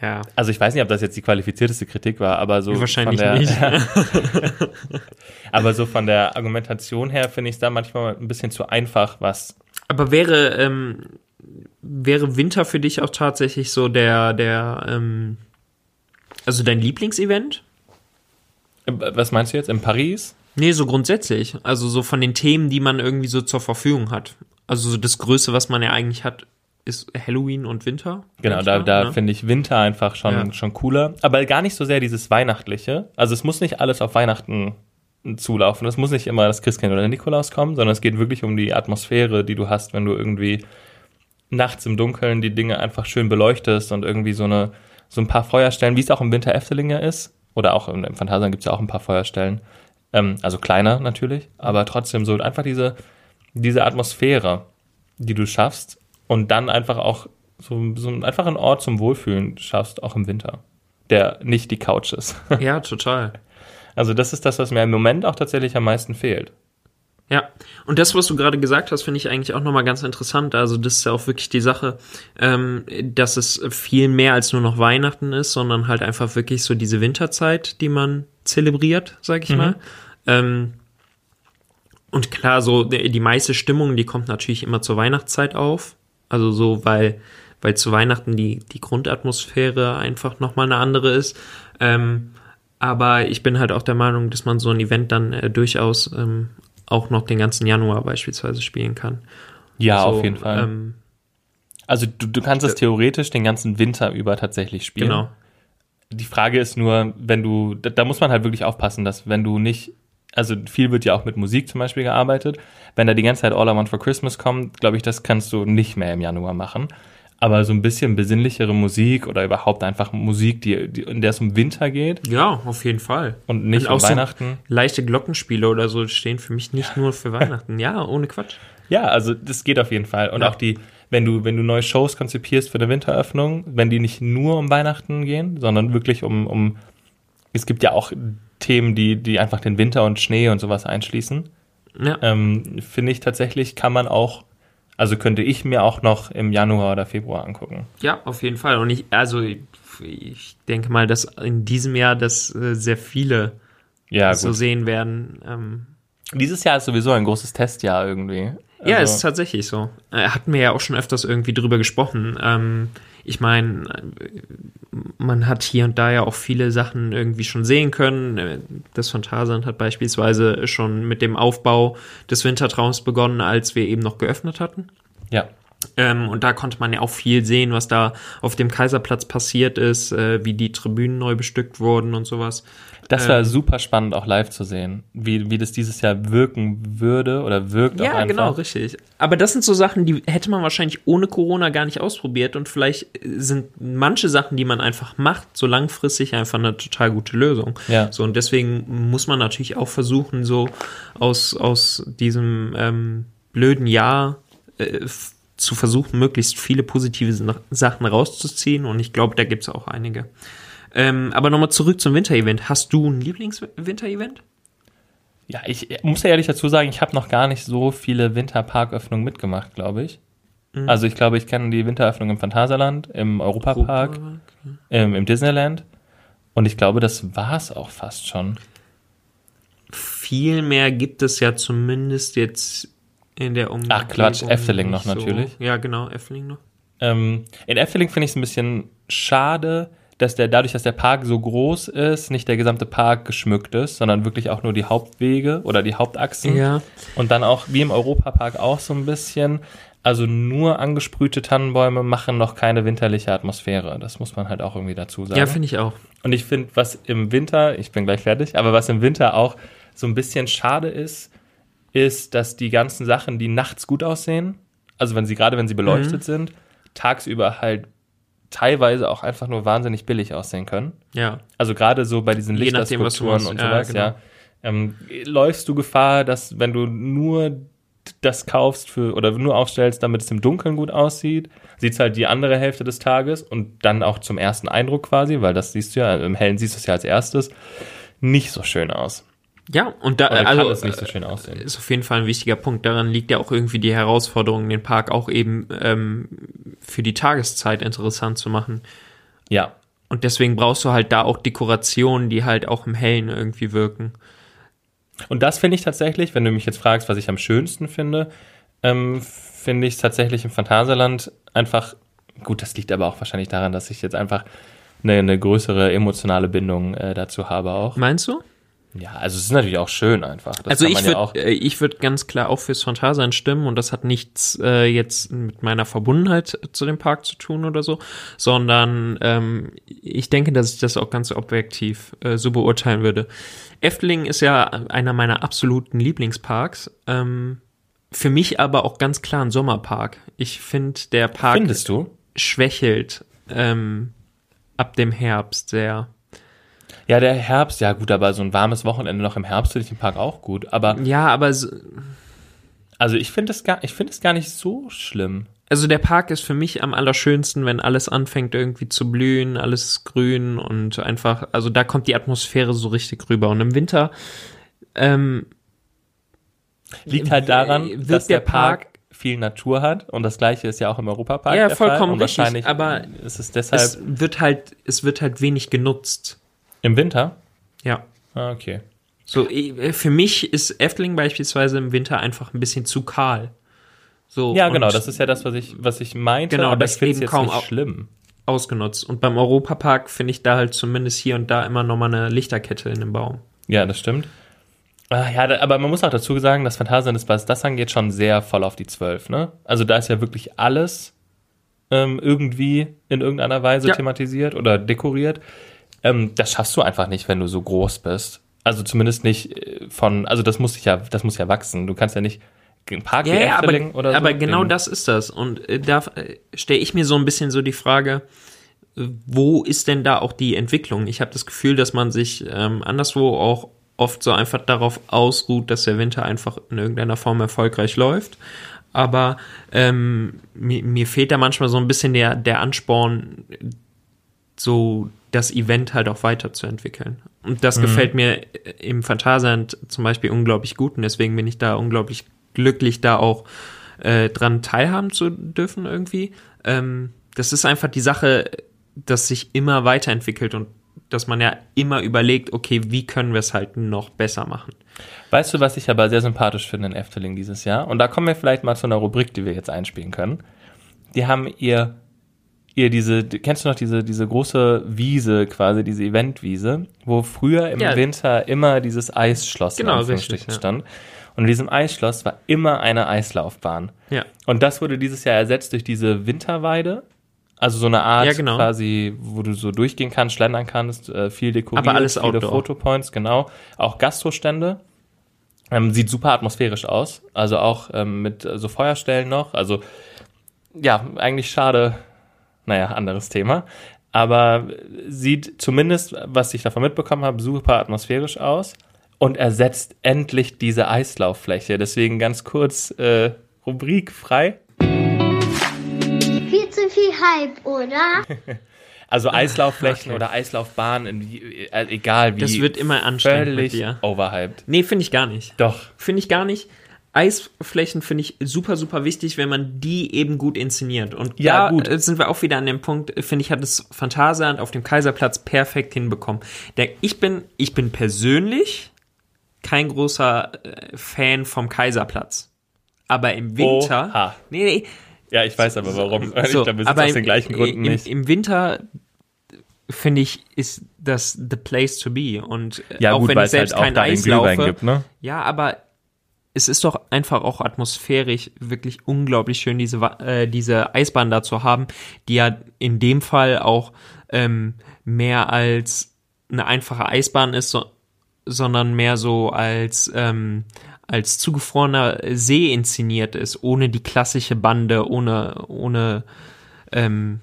Speaker 2: Ja.
Speaker 3: Also ich weiß nicht, ob das jetzt die qualifizierteste Kritik war, aber so
Speaker 2: Wahrscheinlich
Speaker 3: von der,
Speaker 2: nicht.
Speaker 3: aber so von der Argumentation her finde ich es da manchmal ein bisschen zu einfach, was
Speaker 2: Aber wäre, ähm, wäre Winter für dich auch tatsächlich so der, der, ähm, also dein Lieblingsevent?
Speaker 3: Was meinst du jetzt? In Paris?
Speaker 2: Nee, so grundsätzlich. Also so von den Themen, die man irgendwie so zur Verfügung hat. Also so das Größte, was man ja eigentlich hat, ist Halloween und Winter.
Speaker 3: Genau, da,
Speaker 2: manchmal,
Speaker 3: da
Speaker 2: ne?
Speaker 3: finde ich Winter einfach schon,
Speaker 2: Ja.
Speaker 3: schon cooler. Aber gar nicht so sehr dieses Weihnachtliche. Also es muss nicht alles auf Weihnachten zulaufen. Es muss nicht immer das Christkind oder der Nikolaus kommen, sondern es geht wirklich um die Atmosphäre, die du hast, wenn du irgendwie nachts im Dunkeln die Dinge einfach schön beleuchtest und irgendwie so, eine, so ein paar Feuerstellen, wie es auch im Winter Efteling ja ist. Oder auch im, im Phantasialand gibt es ja auch ein paar Feuerstellen. Ähm, also kleiner natürlich, aber trotzdem so einfach diese, diese Atmosphäre, die du schaffst und dann einfach auch so, so einen einfachen Ort zum Wohlfühlen schaffst, auch im Winter, der nicht die Couch ist.
Speaker 2: Ja, total.
Speaker 3: Also das ist das, was mir im Moment auch tatsächlich am meisten fehlt.
Speaker 2: Ja, und das, was du gerade gesagt hast, finde ich eigentlich auch nochmal ganz interessant. Also das ist ja auch wirklich die Sache, ähm, dass es viel mehr als nur noch Weihnachten ist, sondern halt einfach wirklich so diese Winterzeit, die man zelebriert, sag ich mal. Ähm, und klar, so äh, die die meiste Stimmung, die kommt natürlich immer zur Weihnachtszeit auf. Also so, weil, weil zu Weihnachten die, die Grundatmosphäre einfach nochmal eine andere ist. Ähm, aber ich bin halt auch der Meinung, dass man so ein Event dann äh, durchaus ähm, auch noch den ganzen Januar beispielsweise spielen kann.
Speaker 3: Ja,
Speaker 2: so,
Speaker 3: auf jeden Fall.
Speaker 2: Ähm,
Speaker 3: also du, du kannst es theoretisch den ganzen Winter über tatsächlich spielen.
Speaker 2: genau.
Speaker 3: Die Frage ist nur, wenn du, da, da muss man halt wirklich aufpassen, dass wenn du nicht, also viel wird ja auch mit Musik zum Beispiel gearbeitet. Wenn da die ganze Zeit All I Want for Christmas kommt, glaube ich, das kannst du nicht mehr im Januar machen. Aber so ein bisschen besinnlichere Musik oder überhaupt einfach Musik, die, die, in der es um Winter geht
Speaker 2: Ja, auf jeden Fall.
Speaker 3: und nicht
Speaker 2: Und auch
Speaker 3: um
Speaker 2: so-
Speaker 3: Weihnachten.
Speaker 2: Leichte Glockenspiele oder so stehen für mich nicht nur für Weihnachten. Ja, ohne Quatsch.
Speaker 3: Ja, also das geht auf jeden Fall. Und
Speaker 2: Ja.
Speaker 3: auch die, wenn du, wenn du neue Shows konzipierst für eine Winteröffnung, wenn die nicht nur um Weihnachten gehen, sondern wirklich um, um es gibt ja auch Themen, die, die einfach den Winter und Schnee und sowas einschließen,
Speaker 2: Ja.
Speaker 3: ähm, finde ich tatsächlich, kann man auch, also könnte ich mir auch noch im Januar oder Februar angucken.
Speaker 2: Ja, auf jeden Fall. Und ich, also ich- ich denke mal, dass in diesem Jahr das äh, sehr viele
Speaker 3: Ja,
Speaker 2: so
Speaker 3: gut.
Speaker 2: sehen werden. Ähm,
Speaker 3: Also Dieses Jahr ist sowieso ein großes Testjahr irgendwie.
Speaker 2: ja,
Speaker 3: Also-
Speaker 2: ist tatsächlich so. Äh, hatten wir ja auch schon öfters irgendwie drüber gesprochen. Ähm, ich meine, äh, man hat hier und da ja auch viele Sachen irgendwie schon sehen können. Äh, Das Phantasialand hat beispielsweise schon mit dem Aufbau des Wintertraums begonnen, als wir eben noch geöffnet hatten.
Speaker 3: ja.
Speaker 2: Ähm, und da konnte man ja auch viel sehen, was da auf dem Kaiserplatz passiert ist, äh, wie die Tribünen neu bestückt wurden und sowas.
Speaker 3: Das war super spannend auch live zu sehen, wie, wie das dieses Jahr wirken würde oder wirkt auch
Speaker 2: Ja,
Speaker 3: einfach.
Speaker 2: genau, richtig. Aber das sind so Sachen, die hätte man wahrscheinlich ohne Corona gar nicht ausprobiert und vielleicht äh, sind manche Sachen, die man einfach macht, so langfristig einfach eine total gute Lösung.
Speaker 3: Ja.
Speaker 2: So und deswegen muss man natürlich auch versuchen, so aus, aus diesem ähm, blöden Jahr äh, f- zu versuchen, möglichst viele positive Sa- Sachen rauszuziehen und ich glaube, da gibt es auch einige. Ähm, aber nochmal zurück zum Winter-Event. Hast du ein Lieblings-Winter-Event?
Speaker 3: Ja, ich muss ja ehrlich dazu sagen, ich habe noch gar nicht so viele Winterparköffnungen mitgemacht, glaube ich. Also ich glaube, ich kenne die Winteröffnung im Phantasialand, im Europapark, im, im Disneyland. Und ich glaube, das war's auch fast schon.
Speaker 2: viel mehr gibt es ja zumindest jetzt in der Umgebung.
Speaker 3: Ach, Quatsch, Efteling
Speaker 2: nicht
Speaker 3: noch natürlich.
Speaker 2: Ja, genau, Efteling noch.
Speaker 3: Ähm, in Efteling finde ich es ein bisschen schade, dass der, dadurch, dass der Park so groß ist, nicht der gesamte Park geschmückt ist, sondern wirklich auch nur die Hauptwege oder die Hauptachsen.
Speaker 2: Ja.
Speaker 3: Und dann auch, wie im Europapark auch so ein bisschen, also nur angesprühte Tannenbäume machen noch keine winterliche Atmosphäre. Das muss man halt auch irgendwie dazu sagen.
Speaker 2: Ja, finde ich auch.
Speaker 3: Und ich finde, was im Winter, ich bin gleich fertig, aber was im Winter auch so ein bisschen schade ist, ist, dass die ganzen Sachen, die nachts gut aussehen, also wenn sie, gerade wenn sie beleuchtet sind, tagsüber halt teilweise auch einfach nur wahnsinnig billig aussehen können.
Speaker 2: Ja.
Speaker 3: Also gerade so bei diesen
Speaker 2: Je nachdem, was du
Speaker 3: Lichterskulpturen
Speaker 2: machst.
Speaker 3: und
Speaker 2: Ja, genau.
Speaker 3: sowas, ja. Ähm, läufst du Gefahr, dass wenn du nur das kaufst für oder nur aufstellst, damit es im Dunkeln gut aussieht, sieht's halt die andere Hälfte des Tages und dann auch zum ersten Eindruck quasi, weil das siehst du ja, im Hellen siehst du es ja als erstes, nicht so schön aus.
Speaker 2: Ja, und da
Speaker 3: Oder kann es
Speaker 2: also,
Speaker 3: nicht so schön aussehen.
Speaker 2: ist auf jeden Fall ein wichtiger Punkt. Daran liegt ja auch irgendwie die Herausforderung, den Park auch eben ähm, für die Tageszeit interessant zu machen.
Speaker 3: Ja.
Speaker 2: Und deswegen brauchst du halt da auch Dekorationen, die halt auch im Hellen irgendwie wirken.
Speaker 3: Und das finde ich tatsächlich, wenn du mich jetzt fragst, was ich am schönsten finde, ähm, finde ich es tatsächlich im Phantasialand einfach, gut, das liegt aber auch wahrscheinlich daran, dass ich jetzt einfach eine, eine größere emotionale Bindung äh, dazu habe auch.
Speaker 2: Meinst du?
Speaker 3: Ja, also es ist natürlich auch schön einfach. Das
Speaker 2: Mhm. Also
Speaker 3: kann
Speaker 2: ich
Speaker 3: man
Speaker 2: würde
Speaker 3: ja auch.
Speaker 2: äh, ich würde ganz klar auch fürs Phantasialand stimmen und das hat nichts äh, jetzt mit meiner Verbundenheit zu dem Park zu tun oder so, sondern ähm, ich denke, dass ich das auch ganz objektiv äh, so beurteilen würde. Efteling ist ja einer meiner absoluten Lieblingsparks. Ähm, für mich aber auch ganz klar ein Sommerpark. Ich finde, der Park
Speaker 3: Findest du?
Speaker 2: schwächelt ähm, ab dem Herbst sehr.
Speaker 3: Ja, der Herbst, ja gut, aber so ein warmes Wochenende noch im Herbst finde ich im Park auch gut. Aber
Speaker 2: Ja, aber so,
Speaker 3: also ich finde es gar, ich finde es gar nicht so schlimm.
Speaker 2: Also der Park ist für mich am allerschönsten, wenn alles anfängt irgendwie zu blühen, alles ist grün und einfach, also da kommt die Atmosphäre so richtig rüber. Und im Winter ähm,
Speaker 3: Liegt halt daran,
Speaker 2: Äh, Wirkt
Speaker 3: dass der,
Speaker 2: der
Speaker 3: Park,
Speaker 2: Park-
Speaker 3: viel Natur hat und das gleiche ist ja auch im Europapark.
Speaker 2: Ja,
Speaker 3: der Fall.
Speaker 2: vollkommen
Speaker 3: und
Speaker 2: richtig,
Speaker 3: wahrscheinlich
Speaker 2: aber
Speaker 3: ist es deshalb
Speaker 2: es wird halt, es wird halt wenig genutzt.
Speaker 3: im Winter.
Speaker 2: Ja.
Speaker 3: Ah, okay.
Speaker 2: So, eh, für mich ist Efteling beispielsweise im Winter einfach ein bisschen zu kahl. So,
Speaker 3: Ja,
Speaker 2: und
Speaker 3: genau, das ist ja das, was ich, was ich meinte,
Speaker 2: Genau,
Speaker 3: aber ich
Speaker 2: das
Speaker 3: finde es
Speaker 2: eben
Speaker 3: jetzt
Speaker 2: kaum
Speaker 3: nicht
Speaker 2: au-
Speaker 3: schlimm.
Speaker 2: ausgenutzt. Und beim Europapark finde ich da halt zumindest hier und da immer nochmal eine Lichterkette in dem Baum.
Speaker 3: Ja, das stimmt. Ah, ja, da, aber man muss auch dazu sagen, das Phantasien ist, was das angeht, schon sehr voll auf die Zwölf, ne? Also da ist ja wirklich alles ähm, irgendwie in irgendeiner Weise
Speaker 2: Ja.
Speaker 3: thematisiert oder dekoriert. Ähm, das schaffst du einfach nicht, wenn du so groß bist. Also zumindest nicht äh, von, also das muss sich ja, das muss ja wachsen. Du kannst ja nicht einen Park
Speaker 2: Ja,
Speaker 3: wie
Speaker 2: ja aber,
Speaker 3: Efteling oder so.
Speaker 2: aber genau
Speaker 3: den-
Speaker 2: das ist das. Und äh, da äh, stelle ich mir so ein bisschen so die Frage, äh, wo ist denn da auch die Entwicklung? Ich habe das Gefühl, dass man sich ähm, anderswo auch oft so einfach darauf ausruht, dass der Winter einfach in irgendeiner Form erfolgreich läuft. Aber ähm, mir, mir fehlt da manchmal so ein bisschen der, der Ansporn, äh, so das Event halt auch weiterzuentwickeln. Und das gefällt mir im Phantasialand zum Beispiel unglaublich gut und deswegen bin ich da unglaublich glücklich, da auch äh, dran teilhaben zu dürfen irgendwie. Ähm, das ist einfach die Sache, dass sich immer weiterentwickelt und dass man ja immer überlegt, okay, wie können wir es halt noch besser machen?
Speaker 3: Weißt du, was ich aber sehr sympathisch finde in Efteling dieses Jahr? Und da kommen wir vielleicht mal zu einer Rubrik, die wir jetzt einspielen können. Die haben ihr, ihr diese, kennst du noch diese, diese große Wiese quasi, diese Eventwiese, wo früher im
Speaker 2: Ja.
Speaker 3: Winter immer dieses Eisschloss in
Speaker 2: Genau,
Speaker 3: Anführungsstrichen
Speaker 2: richtig, ja.
Speaker 3: stand. Und in diesem Eisschloss war immer eine Eislaufbahn.
Speaker 2: Ja.
Speaker 3: Und das wurde dieses Jahr ersetzt durch diese Winterweide. Also so eine Art
Speaker 2: Ja, genau.
Speaker 3: quasi, wo du so durchgehen kannst, schlendern kannst, äh, viel dekoriert,
Speaker 2: Aber alles
Speaker 3: viele
Speaker 2: Outdoor.
Speaker 3: Fotopoints, genau. Auch Gastrostände. Ähm, sieht super atmosphärisch aus. Also auch ähm, mit äh, so Feuerstellen noch. Also ja, eigentlich schade. Naja, anderes Thema. Aber äh, sieht zumindest, was ich davon mitbekommen habe, super atmosphärisch aus und ersetzt endlich diese Eislauffläche. Deswegen ganz kurz äh, Rubrik frei.
Speaker 1: Viel zu viel Hype, oder?
Speaker 3: Also Eislaufflächen
Speaker 2: Ah, okay.
Speaker 3: oder Eislaufbahnen, in, je- äh, egal wie.
Speaker 2: Das wird immer anstrengend mit
Speaker 3: Völlig
Speaker 2: dir.
Speaker 3: overhyped.
Speaker 2: Nee, finde ich gar nicht.
Speaker 3: Doch.
Speaker 2: Finde ich gar nicht. Eisflächen finde ich super, super wichtig, wenn man die eben gut inszeniert. Und
Speaker 3: Ja,
Speaker 2: da
Speaker 3: gut.
Speaker 2: äh, sind wir auch wieder an dem Punkt, äh, finde ich, hat es Phantasialand auf dem Kaiserplatz perfekt hinbekommen. Der, ich, bin, ich bin persönlich kein großer äh, Fan vom Kaiserplatz. Aber im Winter.
Speaker 3: Oha.
Speaker 2: Nee, nee,
Speaker 3: Ja, ich weiß aber warum. ich
Speaker 2: so,
Speaker 3: glaube, wir sind
Speaker 2: aber
Speaker 3: aus den
Speaker 2: im- äh,
Speaker 3: gleichen Gründen
Speaker 2: im,
Speaker 3: nicht.
Speaker 2: Im Winter äh, finde ich, ist das the place to be. Und äh,
Speaker 3: ja,
Speaker 2: auch
Speaker 3: gut,
Speaker 2: wenn
Speaker 3: weil
Speaker 2: ich
Speaker 3: es halt
Speaker 2: selbst
Speaker 3: auch
Speaker 2: kein
Speaker 3: da den
Speaker 2: Eis
Speaker 3: Glühwein
Speaker 2: laufe,
Speaker 3: gibt, ne?
Speaker 2: ja, aber es ist doch einfach auch atmosphärisch wirklich unglaublich schön, diese, Wa- äh, diese Eisbahn da zu haben, die ja in dem Fall auch ähm, mehr als eine einfache Eisbahn ist, so, sondern mehr so als, ähm, als zugefrorener See inszeniert ist, ohne die klassische Bande, ohne, ohne ähm,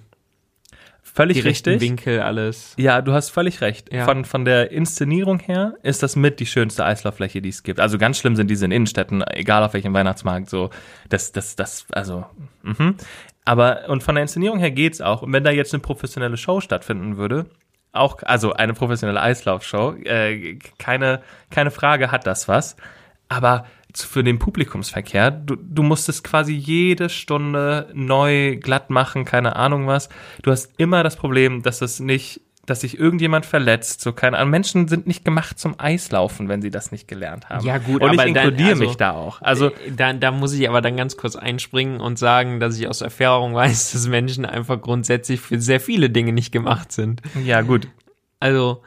Speaker 3: Völlig
Speaker 2: die rechten
Speaker 3: richtig.
Speaker 2: Winkel, alles.
Speaker 3: Ja, du hast völlig recht.
Speaker 2: Ja.
Speaker 3: Von, von der Inszenierung her ist das mit die schönste Eislauffläche, die es gibt. Also ganz schlimm sind diese in Innenstädten, egal auf welchem Weihnachtsmarkt, so. Das, das, das, also, mhm. Aber, und von der Inszenierung her geht's auch. Und wenn da jetzt eine professionelle Show stattfinden würde, auch, also eine professionelle Eislaufshow, äh, keine, keine Frage hat das was. Aber zu- für den Publikumsverkehr, du, du musstest quasi jede Stunde neu glatt machen, keine Ahnung was. Du hast immer das Problem, dass das nicht, dass sich irgendjemand verletzt. So keine Ahnung. Menschen sind nicht gemacht zum Eislaufen, wenn sie das nicht gelernt haben.
Speaker 2: Ja, gut,
Speaker 3: Und
Speaker 2: aber
Speaker 3: ich
Speaker 2: dann-
Speaker 3: inkludiere
Speaker 2: also-
Speaker 3: mich da auch. Also
Speaker 2: da, da muss ich aber dann ganz kurz einspringen und sagen, dass ich aus Erfahrung weiß, dass Menschen einfach grundsätzlich für sehr viele Dinge nicht gemacht sind.
Speaker 3: ja gut.
Speaker 2: Also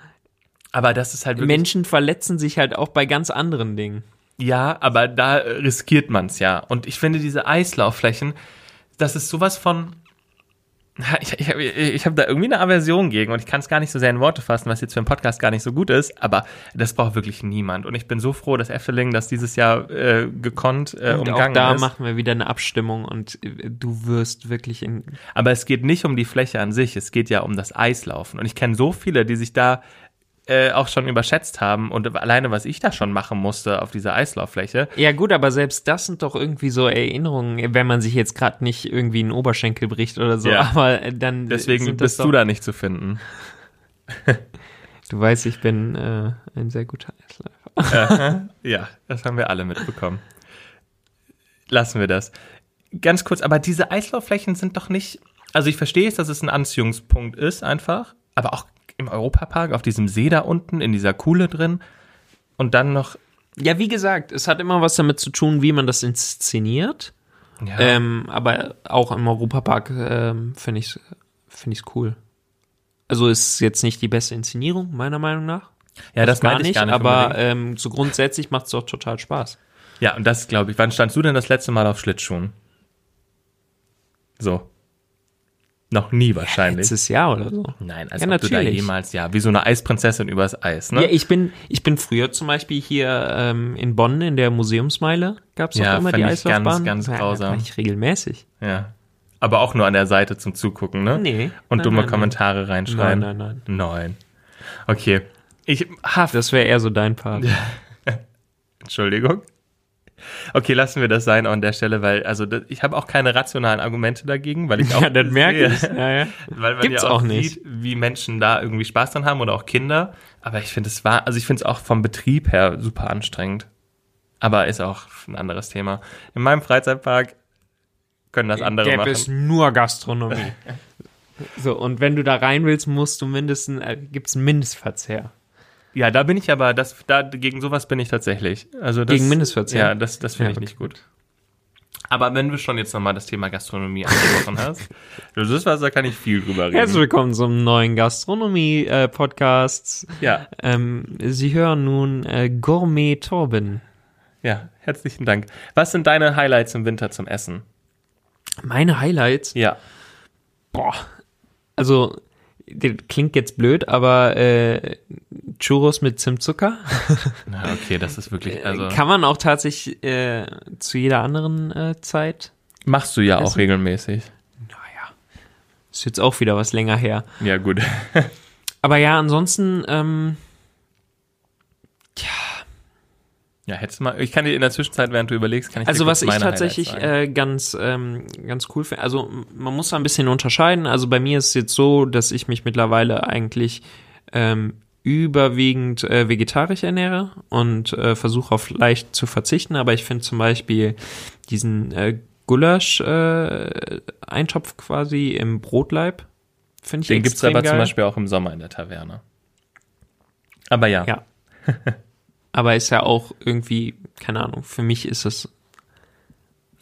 Speaker 3: Aber das ist halt wirklich.
Speaker 2: Menschen verletzen sich halt auch bei ganz anderen Dingen.
Speaker 3: Ja, aber da riskiert man's ja. Und ich finde diese Eislaufflächen, das ist sowas von. Ich, ich, ich habe da irgendwie eine Aversion gegen und ich kann es gar nicht so sehr in Worte fassen, was jetzt für einen Podcast gar nicht so gut ist, aber das braucht wirklich niemand. Und ich bin so froh, dass Effeling das dieses Jahr äh, gekonnt äh,
Speaker 2: Und auch
Speaker 3: umgangen
Speaker 2: da
Speaker 3: ist.
Speaker 2: machen wir wieder eine Abstimmung und äh, du wirst wirklich in.
Speaker 3: Aber es geht nicht um die Fläche an sich, es geht ja um das Eislaufen. Und ich kenne so viele, die sich da äh, auch schon überschätzt haben und alleine, was ich da schon machen musste auf dieser Eislauffläche.
Speaker 2: Ja gut, aber selbst das sind doch irgendwie so Erinnerungen, wenn man sich jetzt gerade nicht irgendwie einen Oberschenkel bricht oder so.
Speaker 3: Ja.
Speaker 2: Aber äh, dann
Speaker 3: Deswegen
Speaker 2: sind das
Speaker 3: bist du da nicht zu finden.
Speaker 2: Du weißt, ich bin äh, ein sehr guter Eisläufer.
Speaker 3: Ja, das haben wir alle mitbekommen. Lassen wir das. Ganz kurz, aber diese Eislaufflächen sind doch nicht. Also ich verstehe es, dass es ein Anziehungspunkt ist, einfach, aber auch im Europapark, auf diesem See da unten, in dieser Kuhle drin. Und dann noch.
Speaker 2: Ja, wie gesagt, es hat immer was damit zu tun, wie man das inszeniert.
Speaker 3: Ja,
Speaker 2: Ähm, aber auch im Europapark ähm, finde ich es find ich's cool. Also ist jetzt nicht die beste Inszenierung, meiner Meinung nach. Also
Speaker 3: ja das
Speaker 2: gar
Speaker 3: meine ich
Speaker 2: nicht,
Speaker 3: gar nicht.
Speaker 2: aber
Speaker 3: unbedingt.
Speaker 2: ähm, so grundsätzlich macht es doch total Spaß.
Speaker 3: ja, und das glaube ich. Wann standst du denn das letzte Mal auf Schlittschuhen? So. Noch nie wahrscheinlich.
Speaker 2: Letztes Jahr oder so.
Speaker 3: Nein, als
Speaker 2: Ja,
Speaker 3: ob du da
Speaker 2: natürlich.
Speaker 3: jemals, ja, wie so eine Eisprinzessin übers Eis, ne?
Speaker 2: Ja, ich bin, ich bin früher zum Beispiel hier ähm, in Bonn in der Museumsmeile, gab es
Speaker 3: Ja,
Speaker 2: auch immer die
Speaker 3: fand ich ganz,
Speaker 2: Eislaufbahn.
Speaker 3: ganz
Speaker 2: Ja, da
Speaker 3: grausam.
Speaker 2: war ich regelmäßig.
Speaker 3: Ja. Aber auch nur an der Seite zum Zugucken, ne?
Speaker 2: Nee.
Speaker 3: Und
Speaker 2: Nein,
Speaker 3: dumme
Speaker 2: nein, nein.
Speaker 3: Kommentare reinschreiben.
Speaker 2: Nein, nein,
Speaker 3: nein. Nein. Okay. Ich haft.
Speaker 2: Das wäre eher so dein Part.
Speaker 3: Entschuldigung. Okay, lassen wir das sein an der Stelle, weil also das, ich habe auch keine rationalen Argumente dagegen, weil ich auch
Speaker 2: Ja, das merke ich.
Speaker 3: sehe,
Speaker 2: Ja, ja.
Speaker 3: weil man
Speaker 2: Gibt's
Speaker 3: ja auch,
Speaker 2: auch nicht.
Speaker 3: sieht, wie Menschen da irgendwie Spaß dran haben oder auch Kinder. Aber ich finde es war, also ich finde es auch vom Betrieb her super anstrengend. Aber ist auch ein anderes Thema. In meinem Freizeitpark können das andere
Speaker 2: Äh, Gäbe
Speaker 3: machen.
Speaker 2: es nur Gastronomie. so, und wenn du da rein willst, musst du mindestens, äh, gibt es einen Mindestverzehr.
Speaker 3: Ja, da bin ich aber, das, da, gegen sowas bin ich tatsächlich. Also das,
Speaker 2: Gegen Mindestverzehr?
Speaker 3: Ja, das, das
Speaker 2: Ja,
Speaker 3: finde ich
Speaker 2: okay,
Speaker 3: nicht gut. Aber wenn du schon jetzt nochmal das Thema Gastronomie angesprochen hast, das ist was, da kann ich viel drüber reden.
Speaker 2: Herzlich willkommen zum neuen Gastronomie-Podcast.
Speaker 3: ja,
Speaker 2: Ähm, Sie hören nun äh, Gourmet Torben.
Speaker 3: ja, herzlichen Dank. Was sind deine Highlights im Winter zum Essen?
Speaker 2: Meine Highlights.
Speaker 3: Ja.
Speaker 2: Boah. Also, das klingt jetzt blöd, aber äh, Churros mit Zimtzucker
Speaker 3: Na, okay, das ist wirklich, also.
Speaker 2: Äh, kann man auch tatsächlich äh, zu jeder anderen äh, Zeit.
Speaker 3: Machst du ja auch
Speaker 2: Essen?
Speaker 3: regelmäßig.
Speaker 2: Naja, ist jetzt auch wieder was länger her.
Speaker 3: Ja, gut.
Speaker 2: Aber ja, ansonsten, ähm,
Speaker 3: Ja, hättest du mal, ich kann dir in der Zwischenzeit, während du überlegst, kann ich dir
Speaker 2: also
Speaker 3: kurz
Speaker 2: was ich
Speaker 3: meine Highlights
Speaker 2: tatsächlich
Speaker 3: sagen.
Speaker 2: äh, ganz, ähm, ganz cool finde, also m- man muss da ein bisschen unterscheiden. Also bei mir ist es jetzt so, dass ich mich mittlerweile eigentlich ähm, überwiegend äh, vegetarisch ernähre und äh, versuche auf leicht zu verzichten. Aber ich finde zum Beispiel diesen äh, Gulasch-Eintopf quasi im Brotleib, finde ich
Speaker 3: Den gibt's
Speaker 2: extrem
Speaker 3: aber
Speaker 2: geil.
Speaker 3: zum Beispiel auch im Sommer in der Taverne. Aber ja.
Speaker 2: Ja. Aber ist ja auch irgendwie, keine Ahnung, für mich ist es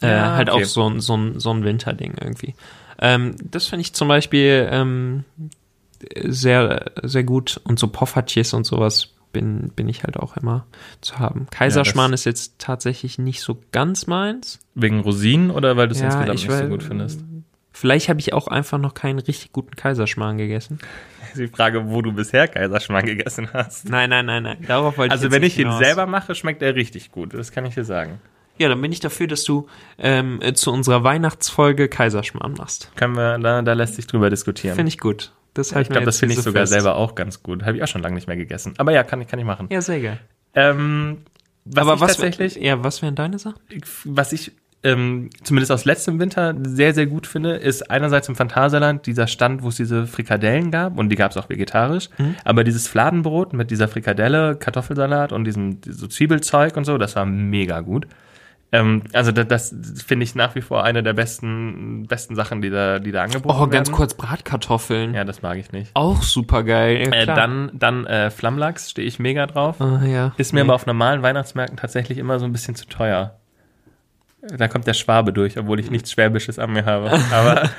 Speaker 2: äh,
Speaker 3: Ja,
Speaker 2: halt
Speaker 3: okay.
Speaker 2: auch so ein, so ein, so ein Winterding irgendwie. Ähm, das finde ich zum Beispiel ähm, sehr, sehr gut. Und so Poffertjes und sowas bin, bin ich halt auch immer zu haben. Kaiserschmarrn ist jetzt tatsächlich nicht so ganz meins.
Speaker 3: Wegen Rosinen oder weil du es
Speaker 2: Ja,
Speaker 3: insgesamt
Speaker 2: ich
Speaker 3: nicht so
Speaker 2: weiß-
Speaker 3: gut findest?
Speaker 2: Vielleicht habe ich auch einfach noch keinen richtig guten Kaiserschmarrn gegessen.
Speaker 3: Die Frage, wo du bisher Kaiserschmarrn gegessen hast.
Speaker 2: Nein, nein, nein, nein. Darauf wollte ich
Speaker 3: Also
Speaker 2: jetzt
Speaker 3: wenn
Speaker 2: nicht
Speaker 3: ich ihn
Speaker 2: hinaus.
Speaker 3: selber mache, schmeckt er richtig gut. Das kann ich dir sagen.
Speaker 2: Ja, dann bin ich dafür, dass du ähm, äh, zu unserer Weihnachtsfolge Kaiserschmarrn machst.
Speaker 3: Können wir, da, da lässt sich drüber diskutieren.
Speaker 2: Finde ich gut. Das
Speaker 3: ich glaube, das finde ich sogar
Speaker 2: selber.
Speaker 3: selber auch ganz gut. Habe ich auch schon lange nicht mehr gegessen. Aber ja, kann, ich- kann ich machen.
Speaker 2: Ja, sehr geil.
Speaker 3: Ähm, was
Speaker 2: Aber
Speaker 3: ich
Speaker 2: was
Speaker 3: tatsächlich,
Speaker 2: Ja, was wären deine Sachen?
Speaker 3: was ich ähm, zumindest aus letztem Winter sehr, sehr gut finde, ist einerseits im Phantasialand dieser Stand, wo es diese Frikadellen gab und die gab es auch vegetarisch,
Speaker 2: Mhm.
Speaker 3: aber dieses Fladenbrot mit dieser Frikadelle, Kartoffelsalat und diesem so Zwiebelzeug und so, das war mega gut. Ähm, also das, das finde ich nach wie vor eine der besten, besten Sachen, die da, die da angeboten
Speaker 2: Oh,
Speaker 3: werden.
Speaker 2: ganz kurz Bratkartoffeln.
Speaker 3: Ja, das mag ich nicht.
Speaker 2: Auch super geil.
Speaker 3: Äh, dann dann äh, Flammlachs stehe ich mega drauf.
Speaker 2: Ah, ja.
Speaker 3: Ist mir aber auf normalen Weihnachtsmärkten tatsächlich immer so ein bisschen zu teuer. Da kommt der Schwabe durch, obwohl ich nichts Schwäbisches an mir habe. Aber,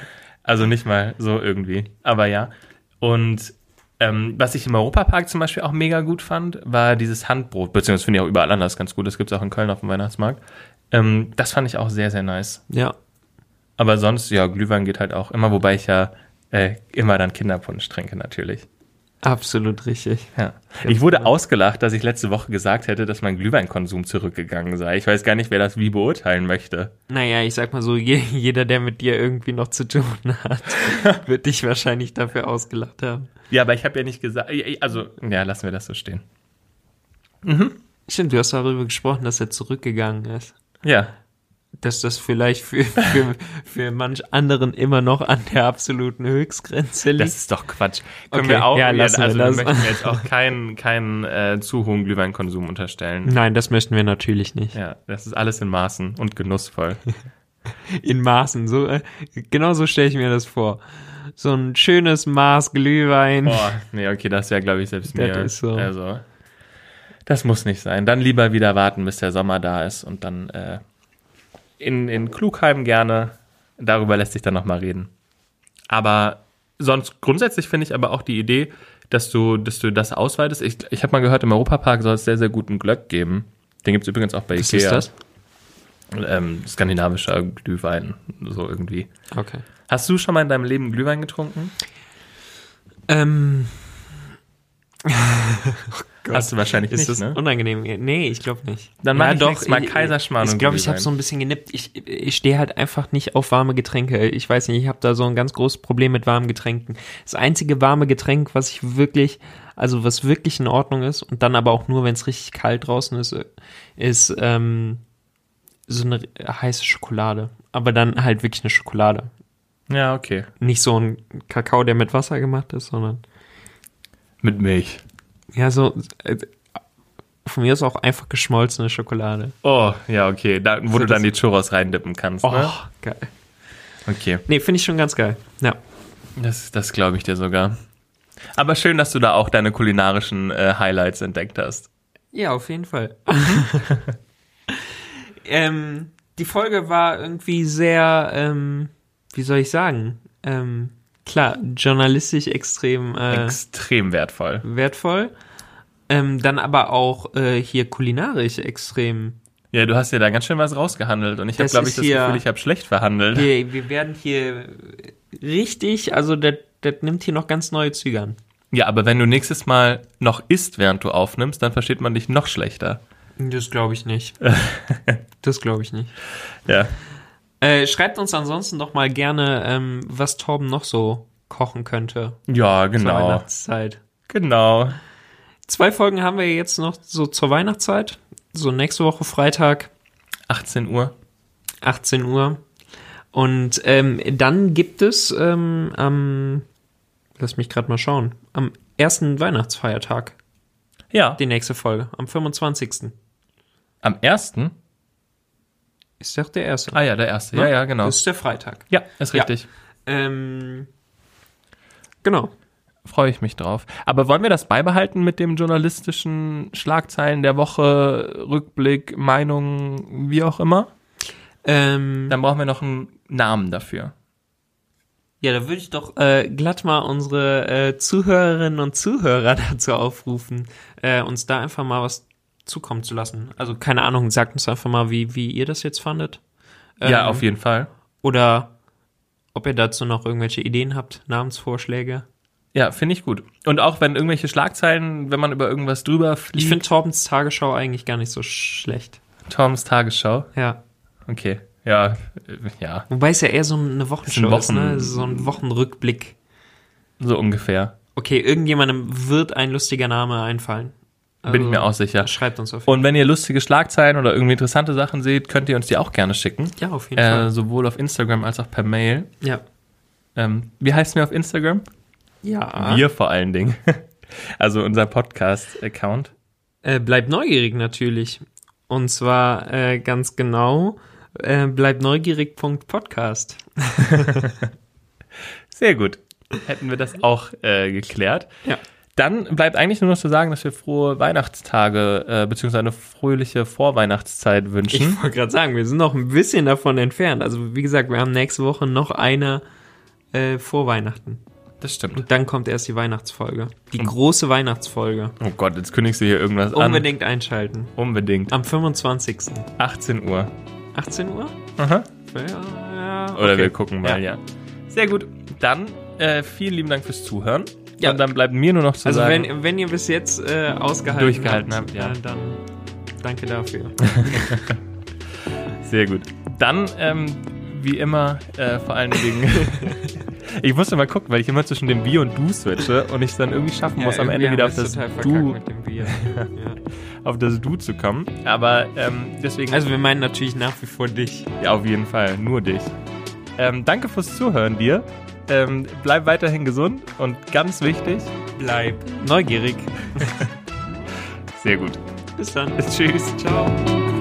Speaker 3: also nicht mal so irgendwie. Aber ja. Und ähm, was ich im Europapark zum Beispiel auch mega gut fand, war dieses Handbrot. Beziehungsweise finde ich auch überall anders ganz gut. Das gibt es auch in Köln auf dem Weihnachtsmarkt. Ähm, das fand ich auch sehr, sehr nice.
Speaker 2: ja.
Speaker 3: Aber sonst, ja, Glühwein geht halt auch immer, wobei ich ja äh, immer dann Kinderpunsch trinke natürlich.
Speaker 2: Absolut richtig.
Speaker 3: Ja. Ich wurde ausgelacht, dass ich letzte Woche gesagt hätte, dass mein Glühweinkonsum zurückgegangen sei. Ich weiß gar nicht, wer das wie beurteilen möchte.
Speaker 2: Naja, ich sag mal so, je, jeder, der mit dir irgendwie noch zu tun hat, wird dich wahrscheinlich dafür ausgelacht haben.
Speaker 3: Ja, aber ich habe ja nicht gesagt. Also, ja, lassen wir das so stehen.
Speaker 2: Stimmt, du hast darüber gesprochen, dass er zurückgegangen ist.
Speaker 3: Ja.
Speaker 2: Dass das vielleicht für, für, für manch anderen immer noch an der absoluten Höchstgrenze liegt.
Speaker 3: Das ist doch Quatsch. Können
Speaker 2: Okay,
Speaker 3: wir auch,
Speaker 2: ja, lassen wir
Speaker 3: also
Speaker 2: das.
Speaker 3: möchten wir jetzt auch keinen, keinen äh, zu hohen Glühweinkonsum unterstellen.
Speaker 2: Nein, das möchten wir natürlich nicht.
Speaker 3: Ja, das ist alles in Maßen und genussvoll.
Speaker 2: in Maßen. So, äh, genau so stelle ich mir das vor. So ein schönes Maß Glühwein.
Speaker 3: Boah, Oh, nee, okay, das wäre, glaube ich, selbst
Speaker 2: Das
Speaker 3: mir.
Speaker 2: ist so.
Speaker 3: Also, das muss nicht sein. Dann lieber wieder warten, bis der Sommer da ist und dann äh, in, in Klugheim gerne. Darüber lässt sich dann nochmal reden. Aber sonst grundsätzlich finde ich aber auch die Idee, dass du, dass du das ausweitest. Ich, ich habe mal gehört, im Europapark soll es sehr, sehr guten Glöck geben. Den gibt es übrigens auch bei
Speaker 2: Was
Speaker 3: Ikea.
Speaker 2: ist das?
Speaker 3: Ähm, skandinavischer Glühwein, so irgendwie.
Speaker 2: Okay.
Speaker 3: Hast du schon mal in deinem Leben Glühwein getrunken?
Speaker 2: Ähm,
Speaker 3: Hast du wahrscheinlich
Speaker 2: ist
Speaker 3: nicht,
Speaker 2: das
Speaker 3: ne?
Speaker 2: unangenehm? Nee, ich glaube nicht.
Speaker 3: Dann mach ich nächstes Mal
Speaker 2: ich-
Speaker 3: Kaiserschmarrn
Speaker 2: Ich
Speaker 3: und
Speaker 2: glaube, ich habe
Speaker 3: Glühwein.
Speaker 2: so ein bisschen genippt. Ich, ich stehe halt einfach nicht auf warme Getränke. Ich weiß nicht, ich habe da so ein ganz großes Problem mit warmen Getränken. Das einzige warme Getränk, was ich wirklich, also was wirklich in Ordnung ist und dann aber auch nur, wenn es richtig kalt draußen ist, äh, ist ähm, so eine heiße Schokolade. Aber dann halt wirklich eine Schokolade.
Speaker 3: Ja, okay.
Speaker 2: nicht so ein Kakao, der mit Wasser gemacht ist, sondern
Speaker 3: Mit Milch.
Speaker 2: ja, so äh, von mir ist auch einfach geschmolzene Schokolade.
Speaker 3: Oh, ja, okay. Da, wo
Speaker 2: So,
Speaker 3: du
Speaker 2: das-
Speaker 3: dann die Churros reindippen kannst. Ne?
Speaker 2: Oh, geil.
Speaker 3: Okay,
Speaker 2: Nee, finde ich schon ganz geil. Ja.
Speaker 3: Oh. das, das glaube ich dir sogar. Aber schön, dass du da auch deine kulinarischen äh, Highlights entdeckt hast.
Speaker 2: Ja, auf jeden Fall. ähm, die Folge war irgendwie sehr, ähm, wie soll ich sagen, ähm, klar, journalistisch extrem äh,
Speaker 3: Extrem wertvoll.
Speaker 2: wertvoll, ähm, dann aber auch äh, hier kulinarisch extrem.
Speaker 3: Ja, du hast ja da ganz schön was rausgehandelt und ich habe,
Speaker 2: Das
Speaker 3: glaube ich,
Speaker 2: ist
Speaker 3: das
Speaker 2: hier-
Speaker 3: Gefühl, ich habe schlecht verhandelt.
Speaker 2: Wir, wir werden hier richtig, also das das nimmt hier noch ganz neue Züge an.
Speaker 3: Ja, aber wenn du nächstes Mal noch isst, während du aufnimmst, dann versteht man dich noch schlechter.
Speaker 2: Das glaube ich nicht. das glaube ich nicht.
Speaker 3: Ja.
Speaker 2: Äh, schreibt uns ansonsten doch mal gerne, ähm, was Torben noch so kochen könnte
Speaker 3: Ja,
Speaker 2: zur
Speaker 3: genau.
Speaker 2: Weihnachtszeit.
Speaker 3: Genau.
Speaker 2: Zwei Folgen haben wir jetzt noch so zur Weihnachtszeit. So nächste Woche Freitag,
Speaker 3: 18 Uhr.
Speaker 2: 18 Uhr. Und ähm, dann gibt es ähm, am, lass mich gerade mal schauen, am ersten Weihnachtsfeiertag
Speaker 3: Ja.
Speaker 2: die nächste Folge, am 25.
Speaker 3: Am ersten?
Speaker 2: Ist doch der erste. ne?
Speaker 3: Ah ja, der erste. Ja, ja, genau.
Speaker 2: Das ist der Freitag.
Speaker 3: Ja, ist
Speaker 2: Ja.
Speaker 3: richtig.
Speaker 2: Ähm, genau.
Speaker 3: Freue ich mich drauf. Aber wollen wir das beibehalten mit dem journalistischen Schlagzeilen der Woche, Rückblick, Meinung, wie auch immer?
Speaker 2: Ähm,
Speaker 3: Dann brauchen wir noch einen Namen dafür.
Speaker 2: ja, da würde ich doch äh, glatt mal unsere äh, Zuhörerinnen und Zuhörer dazu aufrufen, äh, uns da einfach mal was zukommen zu lassen. Also keine Ahnung, sagt uns einfach mal, wie, wie ihr das jetzt fandet.
Speaker 3: ja, auf jeden Fall.
Speaker 2: Oder ob ihr dazu noch irgendwelche Ideen habt, Namensvorschläge.
Speaker 3: Ja, finde ich gut. Und auch wenn irgendwelche Schlagzeilen, wenn man über irgendwas drüber fliegt.
Speaker 2: Ich finde Torbens Tagesschau eigentlich gar nicht so schlecht.
Speaker 3: Toms Tagesschau.
Speaker 2: Ja.
Speaker 3: Okay. Ja, äh, ja,
Speaker 2: Wobei es ja eher so eine Wochenschau ist,
Speaker 3: Wochen-
Speaker 2: ne? So ein Wochenrückblick.
Speaker 3: so ungefähr.
Speaker 2: Okay, irgendjemandem wird ein lustiger Name einfallen.
Speaker 3: Bin ich
Speaker 2: Also,
Speaker 3: mir auch sicher.
Speaker 2: Schreibt uns auf jeden
Speaker 3: Und wenn ihr lustige Schlagzeilen oder irgendwie interessante Sachen seht, könnt ihr uns die auch gerne schicken.
Speaker 2: Ja, auf jeden
Speaker 3: Äh,
Speaker 2: Fall.
Speaker 3: sowohl auf Instagram als auch per Mail.
Speaker 2: Ja.
Speaker 3: Ähm, wie heißen wir auf Instagram?
Speaker 2: Ja.
Speaker 3: Wir vor allen Dingen. Also unser Podcast-Account.
Speaker 2: Äh, bleibt neugierig natürlich. Und zwar äh, ganz genau äh, bleibt neugierig.podcast.
Speaker 3: Sehr gut. Hätten wir das auch äh, geklärt.
Speaker 2: Ja.
Speaker 3: Dann bleibt eigentlich nur noch zu sagen, dass wir frohe Weihnachtstage äh, beziehungsweise eine fröhliche Vorweihnachtszeit
Speaker 2: Ich
Speaker 3: wünschen.
Speaker 2: wollte gerade sagen, wir sind noch ein bisschen davon entfernt. Also wie gesagt, wir haben nächste Woche noch eine äh, vor Weihnachten.
Speaker 3: Das stimmt.
Speaker 2: Dann kommt erst die Weihnachtsfolge.
Speaker 3: Hm.
Speaker 2: Die große Weihnachtsfolge.
Speaker 3: Oh Gott, jetzt kündigst du hier irgendwas
Speaker 2: Unbedingt einschalten.
Speaker 3: an. Unbedingt.
Speaker 2: Am 25.
Speaker 3: 18 Uhr.
Speaker 2: 18 Uhr?
Speaker 3: Aha.
Speaker 2: Ja,
Speaker 3: Oder
Speaker 2: okay.
Speaker 3: wir gucken mal, ja. Sehr gut. Dann äh, vielen lieben Dank fürs Zuhören.
Speaker 2: Ja.
Speaker 3: Und dann bleibt mir nur noch zu
Speaker 2: Also
Speaker 3: sagen.
Speaker 2: wenn, wenn ihr bis jetzt äh, ausgehalten
Speaker 3: Durchgehalten
Speaker 2: habt,
Speaker 3: habt, ja.
Speaker 2: äh, dann danke dafür.
Speaker 3: Sehr gut. Dann, ähm, wie immer, äh, vor allen Dingen. ich musste mal gucken, weil ich immer zwischen dem Wir und Du switche und ich es dann irgendwie schaffen muss, am
Speaker 2: irgendwie
Speaker 3: Ende
Speaker 2: haben
Speaker 3: wieder auf
Speaker 2: wir es
Speaker 3: das,
Speaker 2: total verkackt
Speaker 3: du,
Speaker 2: mit dem Bier. ja.
Speaker 3: auf das Du zu kommen. Aber ähm, deswegen.
Speaker 2: Also wir meinen natürlich nach wie vor dich.
Speaker 3: Ja, auf jeden Fall, nur dich. Ähm, danke fürs Zuhören dir. Ähm, bleib weiterhin gesund und ganz wichtig,
Speaker 2: Bleib neugierig.
Speaker 3: sehr gut.
Speaker 2: Bis dann.
Speaker 3: Tschüss.
Speaker 2: Ciao.